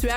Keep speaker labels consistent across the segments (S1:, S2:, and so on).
S1: Tu as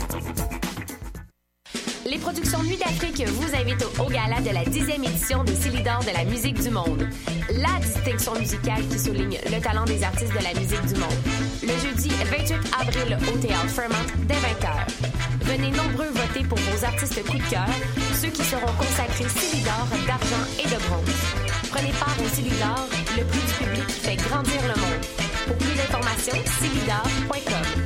S2: Les productions Nuit d'Afrique vous invitent au, au gala de la 10e édition des Célidors de la musique du monde. La distinction musicale qui souligne le talent des artistes de la musique du monde. Le jeudi 28 avril au Théâtre Fremont dès 20h. Venez nombreux voter pour vos artistes coup de cœur, ceux qui seront consacrés Célidors d'argent et de bronze. Prenez part au Célidors, le prix du public qui fait grandir le monde. Pour plus d'informations, célidors.com.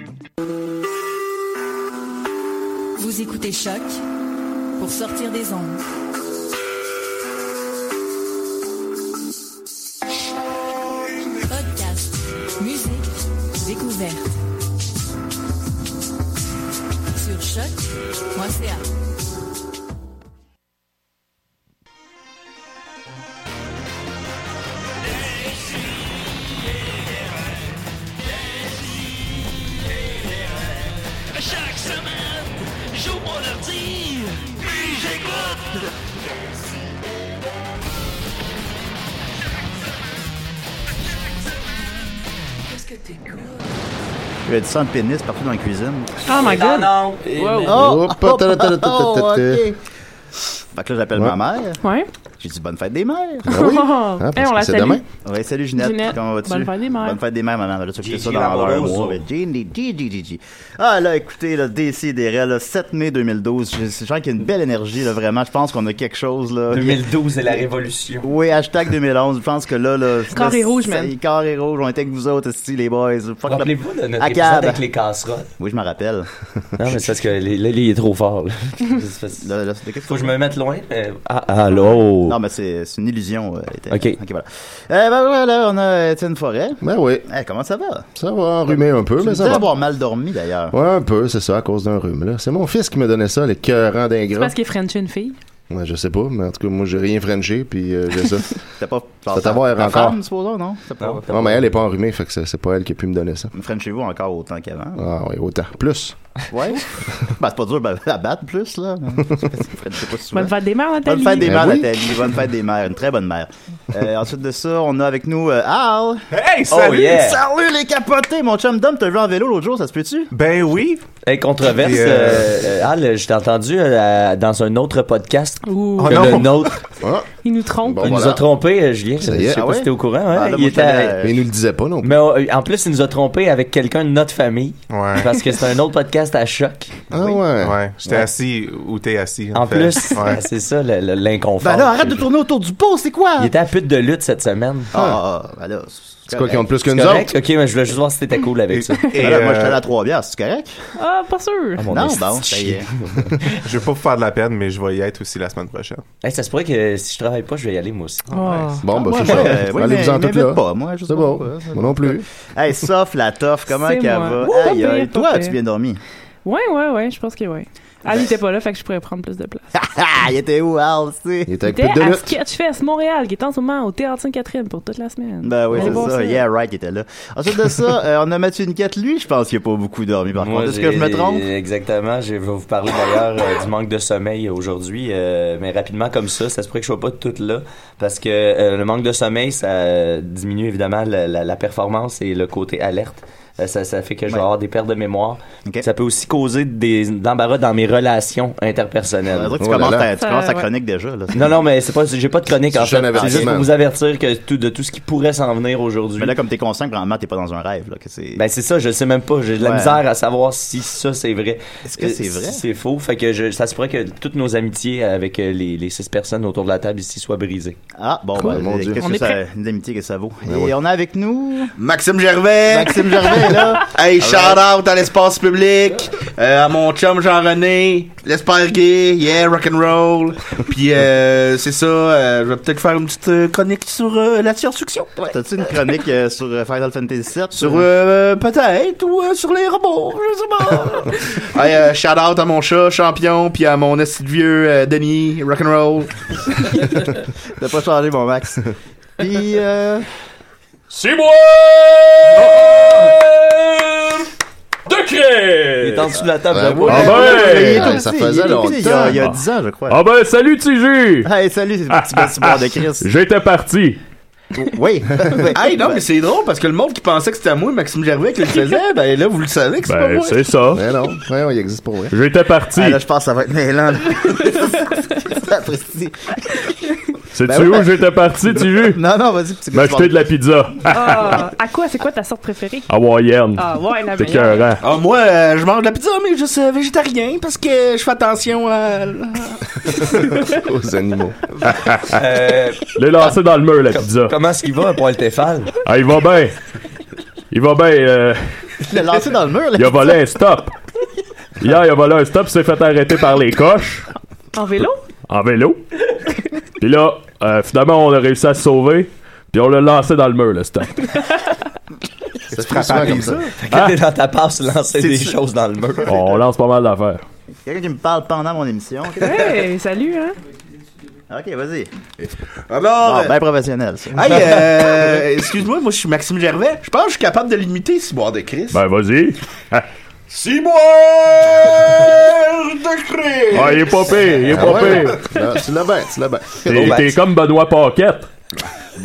S3: Vous écoutez Choc pour sortir des ondes. Podcast, musique, découverte. Sur choc.ca.
S4: Chaque semaine, j'ouvre mon ordi, puis j'écoute.
S5: Il y a du sang de pénis partout dans la cuisine.
S6: Oh my god.
S7: non.
S5: Oh,
S6: Wow.
S5: oh, ta- ta- ta- ta- ta- ta-
S6: ok.
S5: Fait que là, j'appelle ma mère.
S6: Ouais.
S5: J'ai dit bonne fête des mères.
S6: Ah oui? Ah, parce Eh, on que la c'est salue. demain.
S5: Oui, salut Ginette.
S6: Ginette,
S5: Comment vas-tu?
S6: bonne fête des mères.
S5: Bonne fête des mères, maman. Elle a tout fait ça
S8: Gigi
S5: dans l'heure.
S8: Lamoroso.
S5: ouais. Gigi, Gigi, Gigi. Ah là, écoutez, là, décidérez, là, 7 mai 2012. Je je sens qu'il y a une belle énergie, là, vraiment. Je pense qu'on a quelque chose, là.
S7: 2012 et la révolution.
S5: Oui, hashtag 2011. Je pense que là, là.
S7: Carré
S5: le-
S7: rouge, man.
S5: Carré rouge. On était avec vous autres, ici, les boys. Fuck la-
S7: Rappelez-vous de notre
S5: À
S7: épisode
S5: cab.
S7: avec les casseroles.
S5: Oui, je me rappelle.
S7: Non, mais c'est parce que les- là, il est trop fort. là. Faut que je me mette loin. mais- Ah, allô?
S5: Non, mais c'est c'est une illusion. euh, était-
S7: Ok.
S5: voilà. Eh ben voilà, on a Étienne Forêt. Ben oui. comment ça va?
S9: Ça va, enrhumé un peu,
S5: Tu
S9: mais
S5: me disais
S9: ça va. Oh.
S5: avoir mal dormi d'ailleurs.
S9: Ouais, un peu, c'est ça, à cause d'un rhume. là. C'est mon fils qui me donnait ça, les cœurants
S6: C'est
S9: d'ingrats.
S6: parce qu'il est French une fille.
S9: Ouais, je sais pas, mais en tout cas, moi, j'ai rien frenché, puis euh, j'ai ça.
S5: T'as pas
S9: C'est à voir
S5: Ta
S9: encore.
S5: femme, supposons, non? C'est pas-
S9: Non, mais elle est pas enrhumée, fait que c'est c'est pas elle qui a pu me donner ça.
S5: Me freine chez vous encore autant qu'avant.
S9: Ah oui, autant. Plus.
S5: Ouais. ben, c'est pas dur ben, à battre plus, là. Je sais pas si souvent.
S6: Bonne fête des mères, Nathalie.
S5: Bonne fête des
S6: Ben
S5: mères,
S6: oui.
S5: Nathalie. Bonne fête des mères. Une très bonne mère. Euh, ensuite de ça, on a avec nous euh, Al.
S10: Hey,
S5: Oh,
S10: salut!
S5: yeah. Salut les capotés! Mon chum Dom t'a vu en vélo l'autre jour, ça se peut-tu?
S10: Ben oui!
S7: Hey, controverse,
S10: Puis, euh,
S7: euh, euh, Al, je t'ai entendu euh, à- dans un autre podcast
S6: Ouh. Oh
S7: que
S6: non. Oh,
S7: le nôtre.
S6: Il nous trompe.
S7: il nous a trompé, euh, Julien. Je
S9: y est,
S7: sais
S9: ah
S7: pas
S9: ouais?
S7: si t'es au courant.
S9: Ah,
S7: hein.
S5: Bah,
S9: là,
S7: il,
S9: moi,
S7: était,
S9: j'étais- Mais il nous le disait pas, non?
S7: Mais on- euh, en plus, il nous a trompé avec quelqu'un de notre famille.
S10: Ouais.
S7: Parce que c'est un autre podcast à choc.
S9: Ah ouais?
S10: Ouais, j'étais
S7: Ouais.
S10: assis où t'es assis.
S7: En
S10: fait.
S7: plus,
S10: Ouais.
S7: c'est ça le- le- l'inconfort.
S5: Ben là, arrête de tourner autour du pot, c'est quoi?
S7: Il était à pute de lutte cette semaine.
S5: Ah, ah, ben là,
S7: C'est
S5: quoi qu'ils ont de
S9: plus que
S5: nous
S7: correct? Ok, mais je voulais juste voir si t'étais cool avec ça.
S5: Ben là, moi, je suis allé à Trois-Bières, c'est correct?
S6: Ah, pas sûr.
S7: Ah, mon
S5: non, ben,
S7: esti de
S5: bon, ça y est.
S10: Je vais pas vous faire de la peine, mais je vais y être aussi la semaine prochaine.
S7: Hey, ça se pourrait que si je travaille pas, je vais y aller moi aussi.
S6: Ah.
S9: Bon, ben,
S5: Ouais,
S9: c'est
S5: ben,
S9: ça.
S5: oui,
S9: Allez-vous en
S5: mais-
S9: tout
S5: mais
S9: là.
S5: pas, moi, je sais
S9: C'est bon.
S5: pas, ouais,
S9: Moi non plus.
S5: Hey, sauf la toffe, comment
S6: C'est
S5: qu'elle
S6: moi.
S5: va?
S6: Ouh,
S5: Aïe,
S6: pas
S5: aïe,
S6: pire, pas
S5: toi,
S6: pire.
S5: tu bien dormi?
S6: Ouais, ouais, ouais, je pense que ouais. Al n'était pas là, fait que je pourrais prendre plus de place.
S5: Ah, il était où, Al, tu sais? Il était
S6: T'es à Sketchfest Montréal, qui est en ce moment au Théâtre Sainte-Catherine pour toute la semaine.
S5: Ben oui,
S6: Allez
S5: c'est
S6: voir
S5: ça. Yeah, right, il était là. Ensuite de ça, euh, on a Mathieu Niquette. Lui, je pense qu'il n'a pas beaucoup dormi, par
S7: Moi,
S5: contre. Est-ce que je me
S7: j'ai-
S5: trompe?
S7: Exactement. Je vais vous parler d'ailleurs euh, du manque de sommeil aujourd'hui, euh, mais rapidement comme ça, ça se pourrait que je sois pas toute là, parce que euh, le manque de sommeil, ça euh, diminue évidemment la, la- la performance et le côté alerte. Euh, ça, ça fait que je vais avoir des pertes de mémoire. Ça peut aussi causer des embarras dans mes relations interpersonnelles.
S5: On dirait que tu Oh là commences là. ta- tu commences ta chronique déjà, là.
S7: Non, non, mais c'est pas, j'ai pas de chronique en
S5: C'est
S7: fait.
S5: un
S7: C'est juste
S5: avertissement.
S7: pour vous avertir que tout, de tout ce qui pourrait s'en venir aujourd'hui.
S5: Mais là, comme t'es conscient que vraiment, t'es pas dans un rêve. Là, que c'est...
S7: Ben c'est ça, je sais même pas. J'ai de la
S5: Ouais.
S7: misère à savoir si ça c'est vrai.
S5: Est-ce que
S7: Euh,
S5: c'est vrai?
S7: Si c'est faux. Fait que je, ça se pourrait que toutes nos amitiés avec euh, les, les six personnes autour de la table ici soient brisées.
S5: Ah, bon, ben, qu'est-ce que ça, une amitié que ça vaut. Et
S7: ouais.
S5: on a avec nous...
S8: Maxime Gervais.
S5: Maxime Gervais, là.
S8: Hey,
S5: Ah ouais.
S8: shout out à l'espace public, euh, à mon chum Jean-René, l'espace gay, yeah, rock'n'roll. Puis euh, c'est ça, euh, je vais peut-être faire une petite euh, chronique sur euh, la science-fiction.
S5: T'as-tu une chronique euh, sur euh, Final Fantasy VII?
S8: Sur euh, peut-être ou euh, sur les robots, je sais pas. hey, euh, shout out à mon chat champion, puis à mon esti de vieux euh, Denis, rock'n'roll.
S5: T'as pas changé, mon Max. Puis... Euh...
S11: C'est moi! De Cré!
S7: Il est en dessous de la table,
S5: Ah
S7: là-bas.
S5: ouais. Ah,
S11: ben!
S5: Il est tout petit, il est tout petit, il y a- il y a 10 ans, je crois.
S11: Ah ben, salut, Tiju!
S5: Hey, salut, c'est petit petit bord de Chris.
S11: J'étais parti.
S5: Oui.
S8: hey, non, mais c'est drôle parce que le monde qui pensait que c'était à moi, Maxime Gervais, qui le faisait, ben là, vous le savez que c'est pas moi.
S11: ça.
S9: Mais non, ouais, ouais, il existe pour vrai.
S11: J'étais parti.
S5: Ah, là, je pense que ça va être mêlant. là. Apprécie.
S11: Sais-tu
S5: Ben ouais.
S11: où j'étais parti, Tiju?
S5: Non, non, vas-y, petit
S11: M'acheter de la pizza.
S6: Ah, à quoi, c'est quoi ta sorte préférée?
S11: Hawaïenne.
S6: Ah, ouais, la
S11: T'es
S6: meilleure.
S11: écœurant.
S8: Ah, moi, euh, je mange de la pizza, mais juste euh, végétarien parce que je fais attention à.
S9: Aux animaux.
S11: Les lancer dans le mur, la pizza.
S7: Comment est-ce qu'il va, Paul Tefal?
S11: Ah, il va bien. Il va bien. euh,
S5: Tu l'as lancé dans le mur, là.
S11: il a volé un stop. Hier, il a volé un stop, s'est fait arrêter par les coches.
S6: En vélo?
S11: en vélo. Puis là, euh, finalement, on a réussi à se sauver. Puis on l'a lancé dans le mur, le stop.
S9: Ça se
S7: frappe
S9: souvent
S7: comme ça. Fait que t'es dans ta passe, lancer des choses dans le mur.
S11: On lance pas mal d'affaires.
S5: Quelqu'un qui me parle pendant mon émission.
S6: Hey, salut, hein?
S5: Ok, vas-y.
S8: Alors, euh,
S5: Bon, ben professionnel, ça.
S8: Hey, euh, excuse-moi, moi je suis Maxime Gervais. Je pense que je suis capable de l'imiter, ce boire de Chris.
S11: Ben, vas-y.
S8: Si de Chris!
S11: Ah, il est pas pire, il est
S9: Ah
S11: pas
S9: ouais?
S11: pire.
S9: Non, tu l'as bien, tu l'as bien.
S11: T'es t'es comme Benoît Paquette.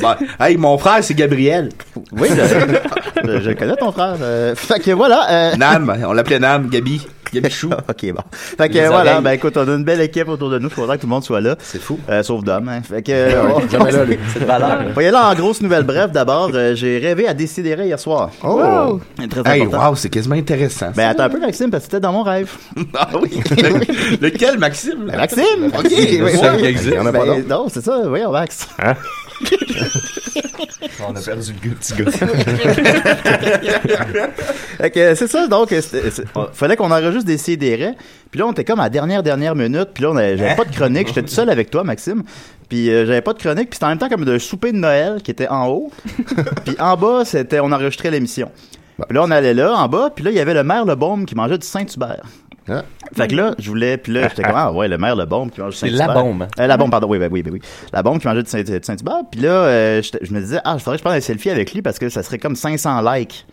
S8: Ben, hey, mon frère, c'est Gabriel.
S5: Oui, je, je- je connais ton frère. euh, fait que voilà. euh,
S8: Nam, on l'appelait Nam, Gabi. Gabi Chou.
S5: ok, bon. Fait que
S8: Les
S5: voilà,
S8: oreilles.
S5: ben écoute, on a une belle équipe autour de nous. Je suis content que tout le monde soit là. C'est
S8: fou.
S5: sauf Dom, hein. Fait que. euh, on-
S9: Jamais là, lui.
S7: C'est de valeur.
S5: on va y aller en grosse nouvelle brève d'abord. euh, J'ai rêvé à décider hier soir.
S9: Oh!
S5: Très
S8: Hey,
S5: important.
S8: wow, c'est quasiment intéressant.
S5: Ben attends un peu, Maxime, parce que c'était dans mon rêve.
S8: Ah oui. Le- Lequel, Maxime?
S5: Ben, Maxime!
S8: Ok,
S9: le
S8: ouais.
S9: seul qui existe. Il y en a pas
S5: Ben,
S9: d'autres.
S5: non, c'est ça, voyons, Max.
S7: Hein? On a perdu le goût, petit gars.
S5: Fait que, euh, c'est ça, donc, euh, c'était- c'est- on- fallait qu'on enregistre des sidérés. Puis là, on était comme à la dernière, dernière minute. Puis là, on avait- j'avais pas de chronique. J'étais tout seul avec toi, Maxime. Puis euh, j'avais pas de chronique. Puis c'était en même temps comme de souper de Noël qui était en haut. puis en bas, c'était on enregistrait l'émission. Puis là, on allait là, en bas. Puis là, il y avait le maire Lebaume qui mangeait du Saint-Hubert.
S7: Ah.
S9: Hein?
S5: Fait que là, je voulais, puis là, j'étais comme, ah ouais, le maire, le bombe qui mange du
S7: C'est
S5: Saint-Hubert.
S7: la bombe, hein?
S5: Euh, la bombe, pardon, oui, ben oui, ben oui. La bombe qui mangeait du Saint- du Saint-Hubert. puis là, euh, j'étais- je me disais, ah, il faudrait que je prenne un selfie avec lui parce que ça serait comme 500 likes.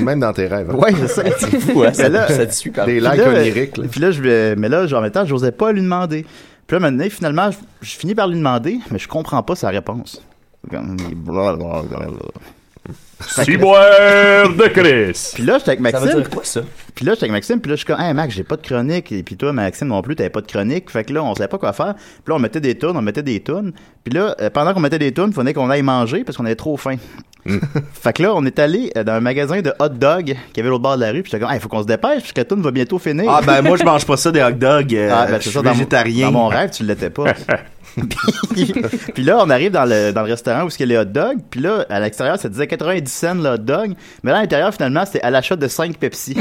S9: Même dans tes rêves. hein.
S5: Ouais, je sais.
S7: Ouais, ça,
S5: Mais là-
S7: ça te suit quand même.
S9: Des
S5: Puis
S9: likes
S5: là,
S9: oniriques, là.
S5: Puis là, je, vais- mais là, genre, en même temps, j'osais pas lui demander. Puis là, maintenant, finalement, je, je finis par lui demander, mais je comprends pas sa réponse. Comme, blablabla.
S11: Si boire de Chris.
S5: Puis là, j'étais avec
S7: Ça veut
S5: Maxime.
S7: dire quoi, ça?
S5: Puis là, j'étais avec Maxime. Puis là, je suis comme, hey, Max, j'ai pas de chronique. Et puis toi, Maxime non plus, t'avais pas de chronique. Fait que là, on savait pas quoi faire. Puis là, on mettait des tonnes, on mettait des tonnes. Puis là, euh, pendant qu'on mettait des tonnes, il fallait qu'on aille manger parce qu'on avait trop faim. fait que là, on est allé euh, dans un magasin de hot dog qui avait l'autre bord de la rue. Puis j'étais comme, hey, faut qu'on se dépêche parce que la toune va bientôt finir.
S8: Ah, ben moi, je mange pas ça des hot dogs. euh,
S5: Ah, ben,
S8: je
S5: c'est
S8: suis
S5: ça, dans mon-
S8: végétarien.
S5: Dans mon rêve, tu l'étais pas. puis, puis là, on arrive dans le, dans le restaurant où il y a les hot dogs. Puis là, à l'extérieur, ça disait 90 cents le hot dog. Mais là, à l'intérieur, finalement, c'était à l'achat de 5 Pepsi.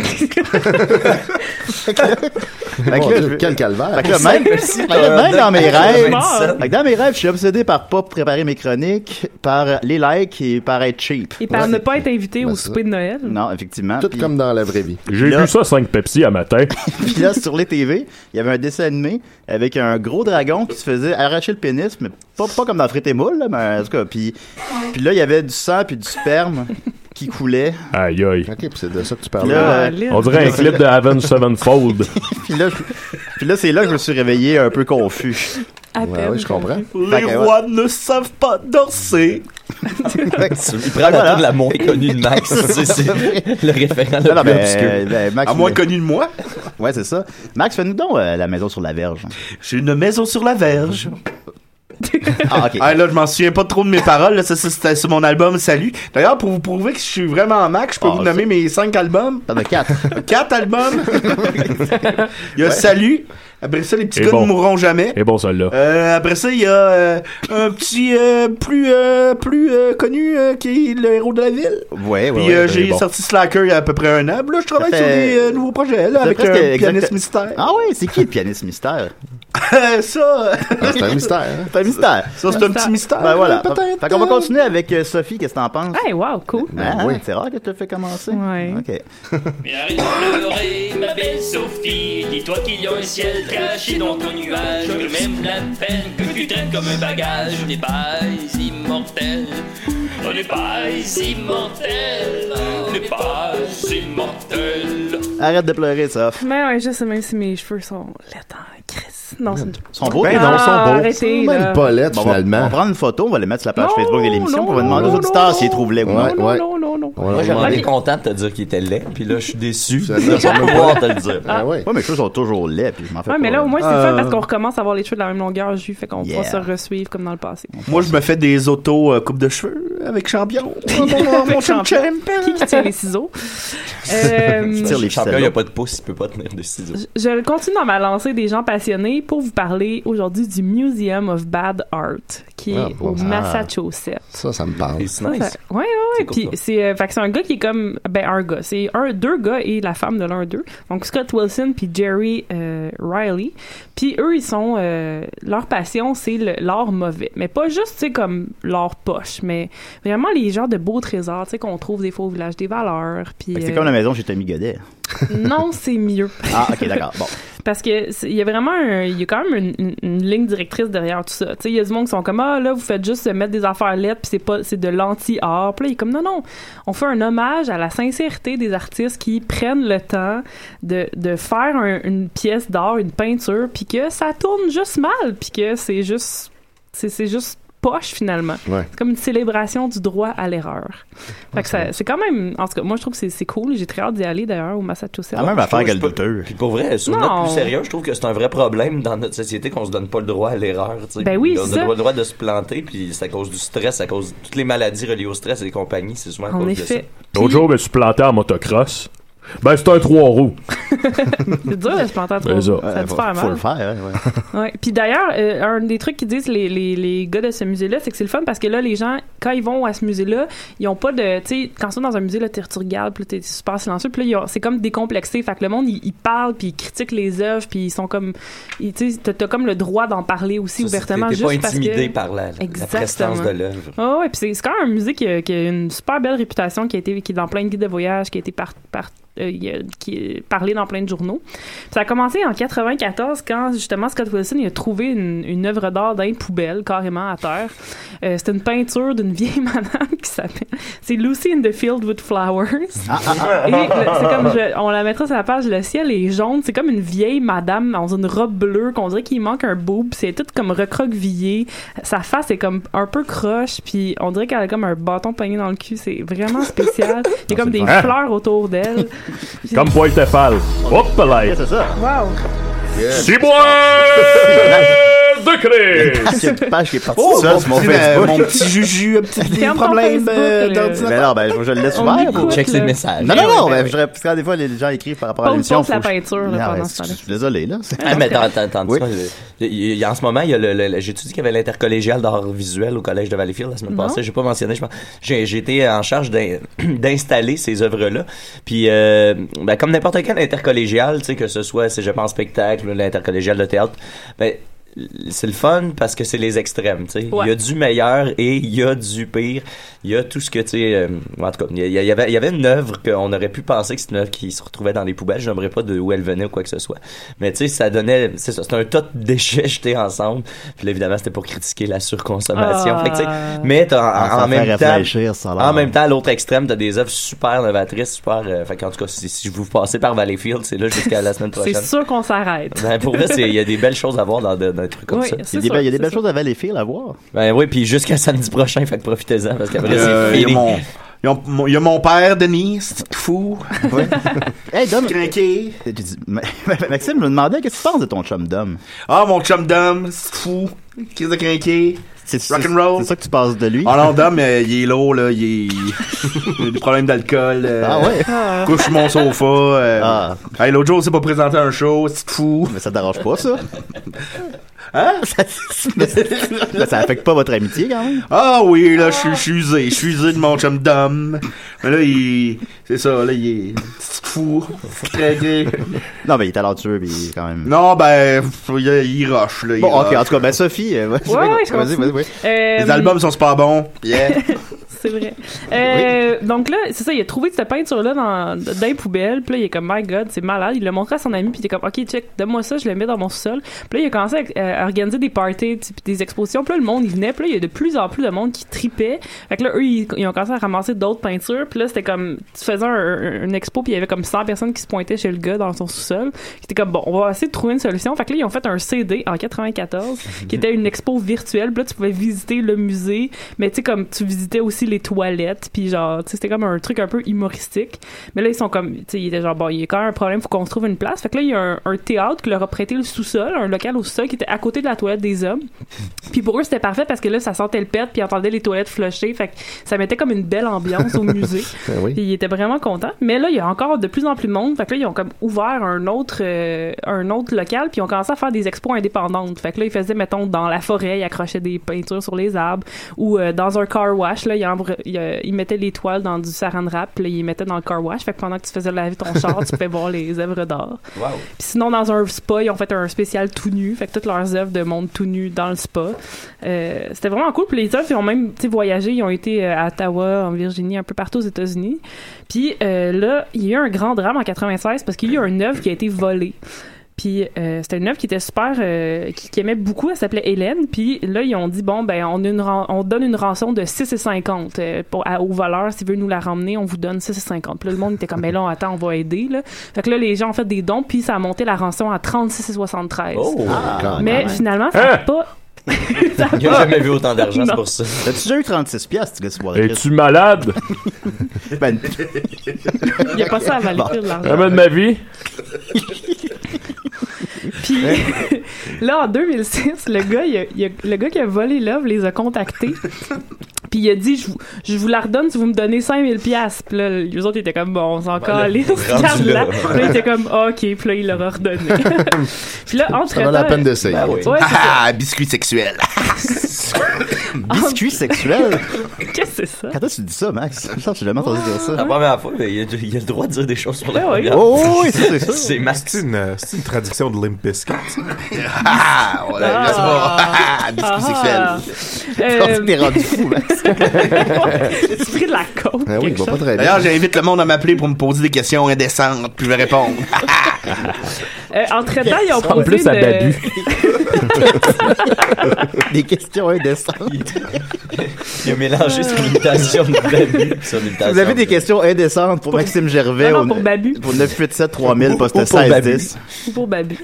S5: Fait que là- fait
S9: Mon
S5: que là,
S9: Dieu,
S5: je-
S9: quel calvaire.
S5: fait que là, même, fait que là, même dans mes rêves,
S7: 90 cents.
S5: fait que dans mes rêves, je suis obsédé par pas préparer mes chroniques, par les likes et par être cheap.
S6: Et par ne pas être invité
S9: Ben,
S6: au
S9: ça.
S6: souper de Noël.
S5: Non, effectivement.
S9: Tout
S5: Puis-
S9: comme dans la vraie vie.
S11: J'ai
S5: Là-
S11: vu ça 5 Pepsi à matin.
S5: Puis là, sur les TV, il y avait un dessin animé avec un gros dragon qui se faisait arracher le pénis, mais pas, pas comme dans Frites et Moules, là, mais en tout cas. Puis, puis là, il y avait du sang puis du sperme qui coulait.
S11: Aïe aïe.
S9: Ok, puis c'est de ça que tu
S7: Ah
S5: Puis
S9: parles.
S5: là, euh,
S6: Lynn.
S11: On dirait un clip de Avenge Sevenfold.
S5: puis là, je- puis là, c'est là que je me suis réveillé un peu confus.
S6: À
S9: Ouais,
S6: peine.
S9: ouais, je comprends.
S8: Les rois ne savent pas danser.
S7: Il prend la
S5: Voilà.
S7: tour de la moins connue de Max. C'est- c'est le référent le
S5: Non, non,
S7: plus
S5: ben,
S7: obscur.
S5: ben, Max,
S7: À moins
S5: mais-
S7: connu
S8: de moi.
S5: Ouais, c'est ça. Max, fais-nous donc euh, la maison sur la verge.
S8: J'ai une maison sur la verge.
S5: Ah, ok.
S8: là, je m'en souviens pas trop de mes paroles. là. Ça, ça, c'était sur mon album Salut. D'ailleurs, pour vous prouver que je suis vraiment Mac, je peux
S5: Ah,
S8: vous
S5: ça-
S8: nommer mes cinq albums.
S5: T'en as quatre.
S8: quatre albums. Il y a
S11: Ouais.
S8: Salut. Après ça, les petits
S11: Et
S8: gars
S11: bon.
S8: ne mourront jamais.
S11: Et bon, celle-là.
S8: Euh, après ça, il y a euh, un petit euh, plus euh, plus euh, connu euh, qui est le héros de la ville.
S5: Ouais, ouais.
S8: Puis
S5: ouais,
S8: euh,
S5: c'est
S8: j'ai
S5: bon.
S8: sorti Slacker il y a à peu près un an. Puis Là, je travaille
S5: Ça
S8: sur
S5: fait-
S8: des euh, nouveaux projets là,
S5: C'est
S8: avec un
S5: presque
S8: pianiste
S5: exact-
S8: mystère.
S5: Ah ouais, c'est qui le pianiste mystère? Ah,
S8: ça.
S5: c'est un mystère. hein. C'est un mystère.
S8: Ça, c'est un petit mystère.
S5: Ben voilà.
S8: Peut-être.
S5: Fait qu'on va continuer avec euh, Sophie, qu'est-ce que t'en penses?
S6: Hey, wow, cool.
S5: Ah,
S6: Ben oui.
S5: C'est rare que tu te fais commencer.
S6: Ouais.
S5: OK.
S4: Mais arrête de pleurer, ma belle Sophie. Dis-toi qu'il y a un ciel caché dans ton nuage. Que même la peine que tu traînes comme un bagage n'est pas immortel. On n'est pas immortel. On n'est pas immortel.
S5: Arrête de pleurer, Sophie.
S6: Mais ouais, je sais même si mes cheveux sont laitants, Chris. Non, c'est une...
S5: Ils sont beaux,
S6: Ben
S5: tes
S6: non,
S5: dents, ils sont beaux.
S6: arrêtez, Même là. pas laides,
S5: Bon, on va-
S9: finalement.
S5: On va prendre une photo, on va les mettre sur la page
S6: Non,
S5: Facebook de l'émission,
S6: non,
S5: puis on va demander aux
S6: non,
S5: auditeurs
S6: non,
S5: s'ils trouvent les ou non.
S9: Ouais, ouais.
S6: Non, non, non.
S7: Moi,
S9: Ouais,
S7: j'aurais
S9: ouais.
S7: été content de te dire qu'il était laid, puis là, je suis déçu. Je
S9: Ça, ça,
S7: vais
S9: ça me
S7: pouvoir
S9: va.
S7: te le dire.
S6: Ah
S5: ouais. mes cheveux sont toujours laids, puis je m'en fais
S6: Ouais,
S5: pas.
S6: mais là, au moins, c'est
S8: Euh.
S6: le fun parce qu'on recommence à avoir les cheveux de la même longueur, Jus, fait qu'on
S5: Yeah.
S6: pourra se ressuivre comme dans le passé.
S8: Moi, je me fais des autos euh, coupe de cheveux avec champion. Mon- mon- mon champion.
S6: Qui qui tient les ciseaux?
S7: Je
S6: Euh,
S7: tire les champion, il n'y a pas de pouce, il peut pas tenir de ciseaux.
S6: Je continue dans ma lancée des gens passionnés pour vous parler aujourd'hui du Museum of Bad Art qui est
S9: Ah, bon.
S6: au
S9: Ah.
S6: Massachusetts.
S9: Ça, ça me parle.
S7: C'est
S6: Ouais, ouais, ouais. Puis c'est, euh, fait que c'est un gars qui est comme, ben un gars, c'est un, deux gars et la femme de l'un d'eux. Donc Scott Wilson puis Jerry euh, Riley. Puis eux, ils sont, euh, leur passion, c'est le- l'art mauvais, mais pas juste, tu sais, comme l'art poche, mais vraiment les genres de beaux trésors, tu sais, qu'on trouve des fois au village des valeurs. Puis
S5: Fait que C'est
S6: euh,
S5: comme la maison chez Tommy Godet.
S6: non, c'est mieux.
S5: Ah, ok, d'accord. Bon.
S6: Parce que c'est- il y a vraiment un- il y a quand même une, une- une ligne directrice derrière tout ça. Tu sais, il y a du monde qui sont comme ah là vous faites juste euh, mettre des affaires lettres puis c'est pas c'est de l'anti art. Puis là, il est comme non non, on fait un hommage à la sincérité des artistes qui prennent le temps de, de faire un- une pièce d'art, une peinture puis que ça tourne juste mal puis que c'est juste c'est c'est juste poche finalement.
S9: Ouais.
S6: C'est comme une célébration du droit à l'erreur. Fait que ça- c'est quand même en tout cas moi je trouve que c'est- c'est cool, j'ai très hâte d'y aller d'ailleurs au Massachusetts.
S7: Ah, même
S6: Je
S7: affaire
S6: trouve-
S7: que le Puis pour vrai, sur une
S6: Non.
S7: note plus sérieux, je trouve que c'est un vrai problème dans notre société qu'on se donne pas le droit à l'erreur. tu sais.
S6: Ben oui,
S7: on
S6: c'est
S7: a
S6: ça.
S7: le droit- droit de se planter, puis c'est à cause du stress, à cause de toutes les maladies reliées au stress et les compagnies, c'est souvent à
S6: En
S7: cause
S6: effet.
S11: L'autre jour, je me suis planté en motocross. Ben, c'est un trois roues.
S6: C'est dur de se planter à trois.
S11: Ben, ça.
S6: Ça va te faire mal.
S5: Euh, Faut le faire, ouais. ouais.
S6: Ouais. Puis d'ailleurs, euh, un des trucs qu'ils disent les, les, les gars de ce musée-là, c'est que c'est le fun parce que là, les gens, quand ils vont à ce musée-là, ils ont pas de. Tu sais, quand ils sont dans un musée, là, t'es- tu regardes, puis là, t'es super silencieux, puis là, ils ont- c'est comme décomplexé. Fait que le monde, ils ils parlent, puis ils critiquent les œuvres, puis ils sont comme. ils- Tu sais, t'as- t'as comme le droit d'en parler aussi
S7: de ça.
S6: ouvertement.
S7: T'es
S6: juste
S7: pas
S6: parce
S7: intimidé
S6: que...
S7: par la, la
S6: Exactement.
S7: prestance de l'œuvre.
S6: Ah ouais, puis c'est- c'est quand même un musée qui a, qui a une super belle réputation, qui a été qui est dans plein de guides de voyage, qui a été par, par- euh, il a- qui est parlé dans plein de journaux. Ça a commencé en 94 quand justement Scott Wilson il a trouvé une, une œuvre d'art dans une poubelle carrément à terre. Euh, C'était une peinture d'une vieille madame qui s'appelle c'est Lucy in the Field with Flowers.
S4: Ah, ah, ah.
S6: Et le- c'est comme je- on la mettra sur la page le ciel est jaune, c'est comme une vieille madame dans une robe bleue qu'on dirait qu'il manque un boob, c'est tout comme recroquevillé, sa face est comme un peu croche puis on dirait qu'elle a comme un bâton pogné dans le cul, c'est vraiment spécial. Il y a comme des
S11: vrai.
S6: fleurs autour d'elle.
S11: Comme Paul Tefal. Hop là!
S5: c'est ça.
S6: Wow.
S11: C'est moi
S5: Il y a
S11: de Chris!
S5: une page qui est partie
S8: Ah, Oh,
S5: seule
S8: mon
S5: sur mon
S8: petit, euh,
S5: Facebook.
S8: mon petit juju, un petit des
S6: Ferme ton
S8: problèmes
S6: Facebook,
S8: euh,
S6: là.
S8: d'ordinateur. Ah,
S5: Ben non, ben je, je le laisse
S6: On
S5: ouvert.
S6: écoute,
S5: ou-
S6: Check ses là.
S7: messages.
S5: Non, non,
S7: Ouais,
S5: non,
S7: ouais,
S5: ben,
S7: ouais.
S5: je, parce que des fois, les gens écrivent par rapport à
S6: Pause,
S5: l'émission.
S6: pause la
S5: faut que je-
S6: peinture, là,
S5: Ah,
S6: pendant
S5: ouais,
S6: ce temps-là.
S5: Je suis désolé, là. C'est-
S7: Ah, mais attends, attends, attends, tu vois, le- il- il y a- en ce moment, il y a le, le- le- j'ai étudié qu'il y avait l'intercollégial d'art visuel au collège de Valleyfield la semaine
S6: Non.
S7: passée. J'ai pas mentionné, je pense. J'ai, j'ai été en charge d'in- d'installer ces œuvres-là. Puis, euh, ben, comme n'importe quel intercollégial, tu sais, que ce soit cégep en spectacle, ou l'intercollégial de théâtre, ben, c'est le fun parce que c'est les extrêmes, tu sais. Il y a
S6: Ouais.
S7: du meilleur et il y a du pire. Il y a tout ce que, tu sais, euh, en tout cas, il y, a- il y avait, il y avait une œuvre qu'on aurait pu penser que c'était une œuvre qui se retrouvait dans les poubelles. Je n'aimerais pas de où elle venait ou quoi que ce soit. Mais tu sais, ça donnait, c'est ça, c'était un tas de déchets jetés ensemble. Puis là, évidemment, c'était pour critiquer la surconsommation.
S6: Ah.
S7: Fait que, tu sais, mais t'as-
S5: Ah,
S7: en,
S5: ça
S7: en même
S5: fait réfléchir, ça
S7: temps,
S5: a l'air.
S7: en même temps, à l'autre extrême, t'as des œuvres super novatrices, super, euh, fait qu'en tout cas, si, si vous passez par Valleyfield, c'est là jusqu'à la semaine prochaine.
S6: C'est sûr qu'on s'arrête.
S7: Ben, pour vrai, c'est- il y a des belles choses à voir dans, dans, un truc comme
S6: Oui,
S7: ça.
S6: c'est Il y a des sûr, be- il y a des c'est belles sûr.
S7: choses
S5: à Valleyfield à voir.
S7: Ben oui, puis jusqu'à samedi prochain, fait que profitez-en parce qu'après
S8: Euh,
S7: c'est
S8: il y a
S7: fini.
S8: mon- il y a mon- il y a mon père, Denis, c'est tout fou.
S5: Hey, Dom! J'ai dit- Ma- Maxime me demandait qu'est-ce que tu penses de ton chum Dom?
S8: Ah, mon chum Dom, c'est fou. Qu'est-ce de crinqué? Rock'n'roll.
S5: C'est ça que tu penses de lui?
S8: Ah non, Dom, euh, il est lourd, là. Il est. il a des problèmes d'alcool. euh,
S5: Ah ouais? Ah.
S8: Couche sur mon sofa. euh.
S9: Ah.
S8: Hey, l'autre jour, il s'est pas présenté à un show, c'est fou.
S5: Mais ça te dérange pas, ça?
S8: Hein?
S5: Ben, ça affecte pas votre amitié, quand même?
S8: Ah oui, là, je suis- je suis usé. Je suis usé de mon chum Dom. Mais là, il. C'est ça, là, il est. C'est fou. Très gay.
S5: Non, mais il est talentueux, mais il est quand même...
S8: Non, ben, il, il rush, là. il
S5: Bon, ok,
S8: rush.
S5: en tout cas, ben Sophie, euh, vas-y,
S6: Ouais, ouais, je
S5: vas-y,
S6: continue.
S5: vas-y, vas-y.
S6: Euh,
S8: Les albums sont super bons. Yeah.
S6: C'est vrai. Euh, Donc là, c'est ça, il a trouvé cette peinture-là dans, dans les poubelles. Puis là, il est comme, My God, c'est malade. Il l'a montré à son ami, puis il était comme, OK, check, donne-moi ça, je le mets dans mon sol. Puis là, il a commencé à, euh, à organiser des parties, puis des expositions. Puis là, le monde, il venait. Puis là, il y a de plus en plus de monde qui tripait. Fait que là, eux, ils, ils ont commencé à ramasser d'autres peintures. Puis là, c'était comme, tu faisais un, un- une expo, puis il y avait comme 100 personnes qui se pointaient chez le gars dans son sous-sol. C'était comme, bon, on va essayer de trouver une solution. Fait que là, ils ont fait un CD en 94, qui était une expo virtuelle. Puis là, tu pouvais visiter le musée, mais tu sais, comme tu visitais aussi les toilettes, puis genre, tu sais, c'était comme un truc un peu humoristique. Mais là, ils sont comme, tu sais, ils étaient genre, bon, il y a quand même un problème, faut qu'on se trouve une place. Fait que là, il y a un, un théâtre qui leur a prêté le sous-sol, un local au sous-sol qui était à côté de la toilette des hommes. Puis pour eux, c'était parfait parce que là, ça sentait le pet, puis ils entendaient les toilettes flusher. Fait que ça mettait comme une belle ambiance au musée.
S9: Ben oui.
S6: Puis ils étaient vraiment contents. Mais là, il y a encore de plus en plus de monde. Fait que là, ils ont comme ouvert un autre, euh, un autre local, puis ils ont commencé à faire des expos indépendantes. Fait que là, ils faisaient, mettons, dans la forêt, ils accrochaient des peintures sur les arbres, ou euh, dans un car wash, là, ils, embr- ils, euh, ils mettaient les toiles dans du saran wrap, puis là, ils les mettaient dans le car wash. Fait que pendant que tu faisais laver ton char, tu pouvais voir les œuvres d'art.
S7: Wow.
S6: Puis sinon, dans un spa, ils ont fait un spécial tout nu. Fait que toutes leurs œuvres de monde tout nu dans le spa. Euh, c'était vraiment cool. Puis les œuvres, ils ont même tu sais, voyagé. Ils ont été euh, à Ottawa, en Virginie, un peu partout aux États-Unis. Puis euh, là, il y a eu un grand drame en 96 parce qu'il y a eu une œuvre qui a été volée. Puis euh, c'était une œuvre qui était super, euh, qui, qui aimait beaucoup. Elle s'appelait Hélène. Puis là, ils ont dit bon, ben on, a une ran- on donne une rançon de 6,50 euh, pour- à- au voleur. S'il veut nous la ramener, on vous donne 6,50. Puis là, le monde était comme mais là, attends, on va aider. Là. Fait que là, les gens ont fait des dons. Puis ça a monté la rançon à 36,73.
S7: Oh, quand
S6: Ah, mais
S5: Ah
S7: même.
S6: finalement, ça n'a pas
S7: Il a jamais vu autant d'argent, c'est
S6: Non.
S7: pour ça.
S5: T'as-tu déjà eu 36 piastres, tu gars, sur
S11: Es-tu malade?
S5: Ben,
S6: Il n'y a pas ça à Valleyfield, l'argent.
S11: Jamais Bah, de ma vie.
S6: Puis là, en 2006, le gars, il a- il a- le gars qui a volé l'œuvre les a contactés. Puis il a dit, je vous, je vous la redonne si vous me donnez 5000 pièces. Puis là, les autres étaient comme, bon, on s'en
S7: Ben là,
S6: calisse,
S7: rendu
S6: garde-la.
S7: là.
S6: Puis là, il était comme, OK. Puis là, il leur a redonné. Puis là, entre
S9: Ça vaut la peine d'essayer.
S5: ben
S6: Ouais, c'est ça.
S8: Ah, biscuit sexuel.
S6: Ah.
S5: biscuit sexuel?
S6: Qu'est-ce que c'est ça?
S5: Quand est-ce que tu dis ça, Max? Je sens que j'ai jamais entendu dire ça.
S7: La première fois, ben, il, a, il a le droit de dire des choses sur la
S6: Ben oui.
S7: première
S5: Oh, oui, ça, c'est sûr.
S7: C'est Max.
S10: C'est une, euh, c'est une traduction de Limp Bizkit.
S8: Ah, on l'a- c'est bon. Ah,
S6: Ah,
S8: biscuit sexuel.
S5: On
S6: euh,
S5: s'est rendu fou, Max.
S6: tu pris de la côte.
S5: Ben
S9: Ah oui, il
S6: quelque
S9: va pas
S6: chose.
S9: très bien.
S8: D'ailleurs, j'invite le monde à m'appeler pour me poser des questions indécentes, puis je vais répondre.
S6: Euh, entre-temps, ils ont
S11: En
S6: prouvé
S11: plus, à
S6: de-
S11: Babu.
S5: Des questions indécentes.
S7: Il a mélangé
S6: Euh.
S7: son imitation de Babu et son imitation.
S5: Vous avez des
S7: de-
S5: questions indécentes pour Maxime Gervais
S6: Non, non,
S5: au-
S6: pour Babu.
S5: pour 987 3000 poste
S7: Ou pour Babu.
S5: 1610.
S6: Ou pour Babu.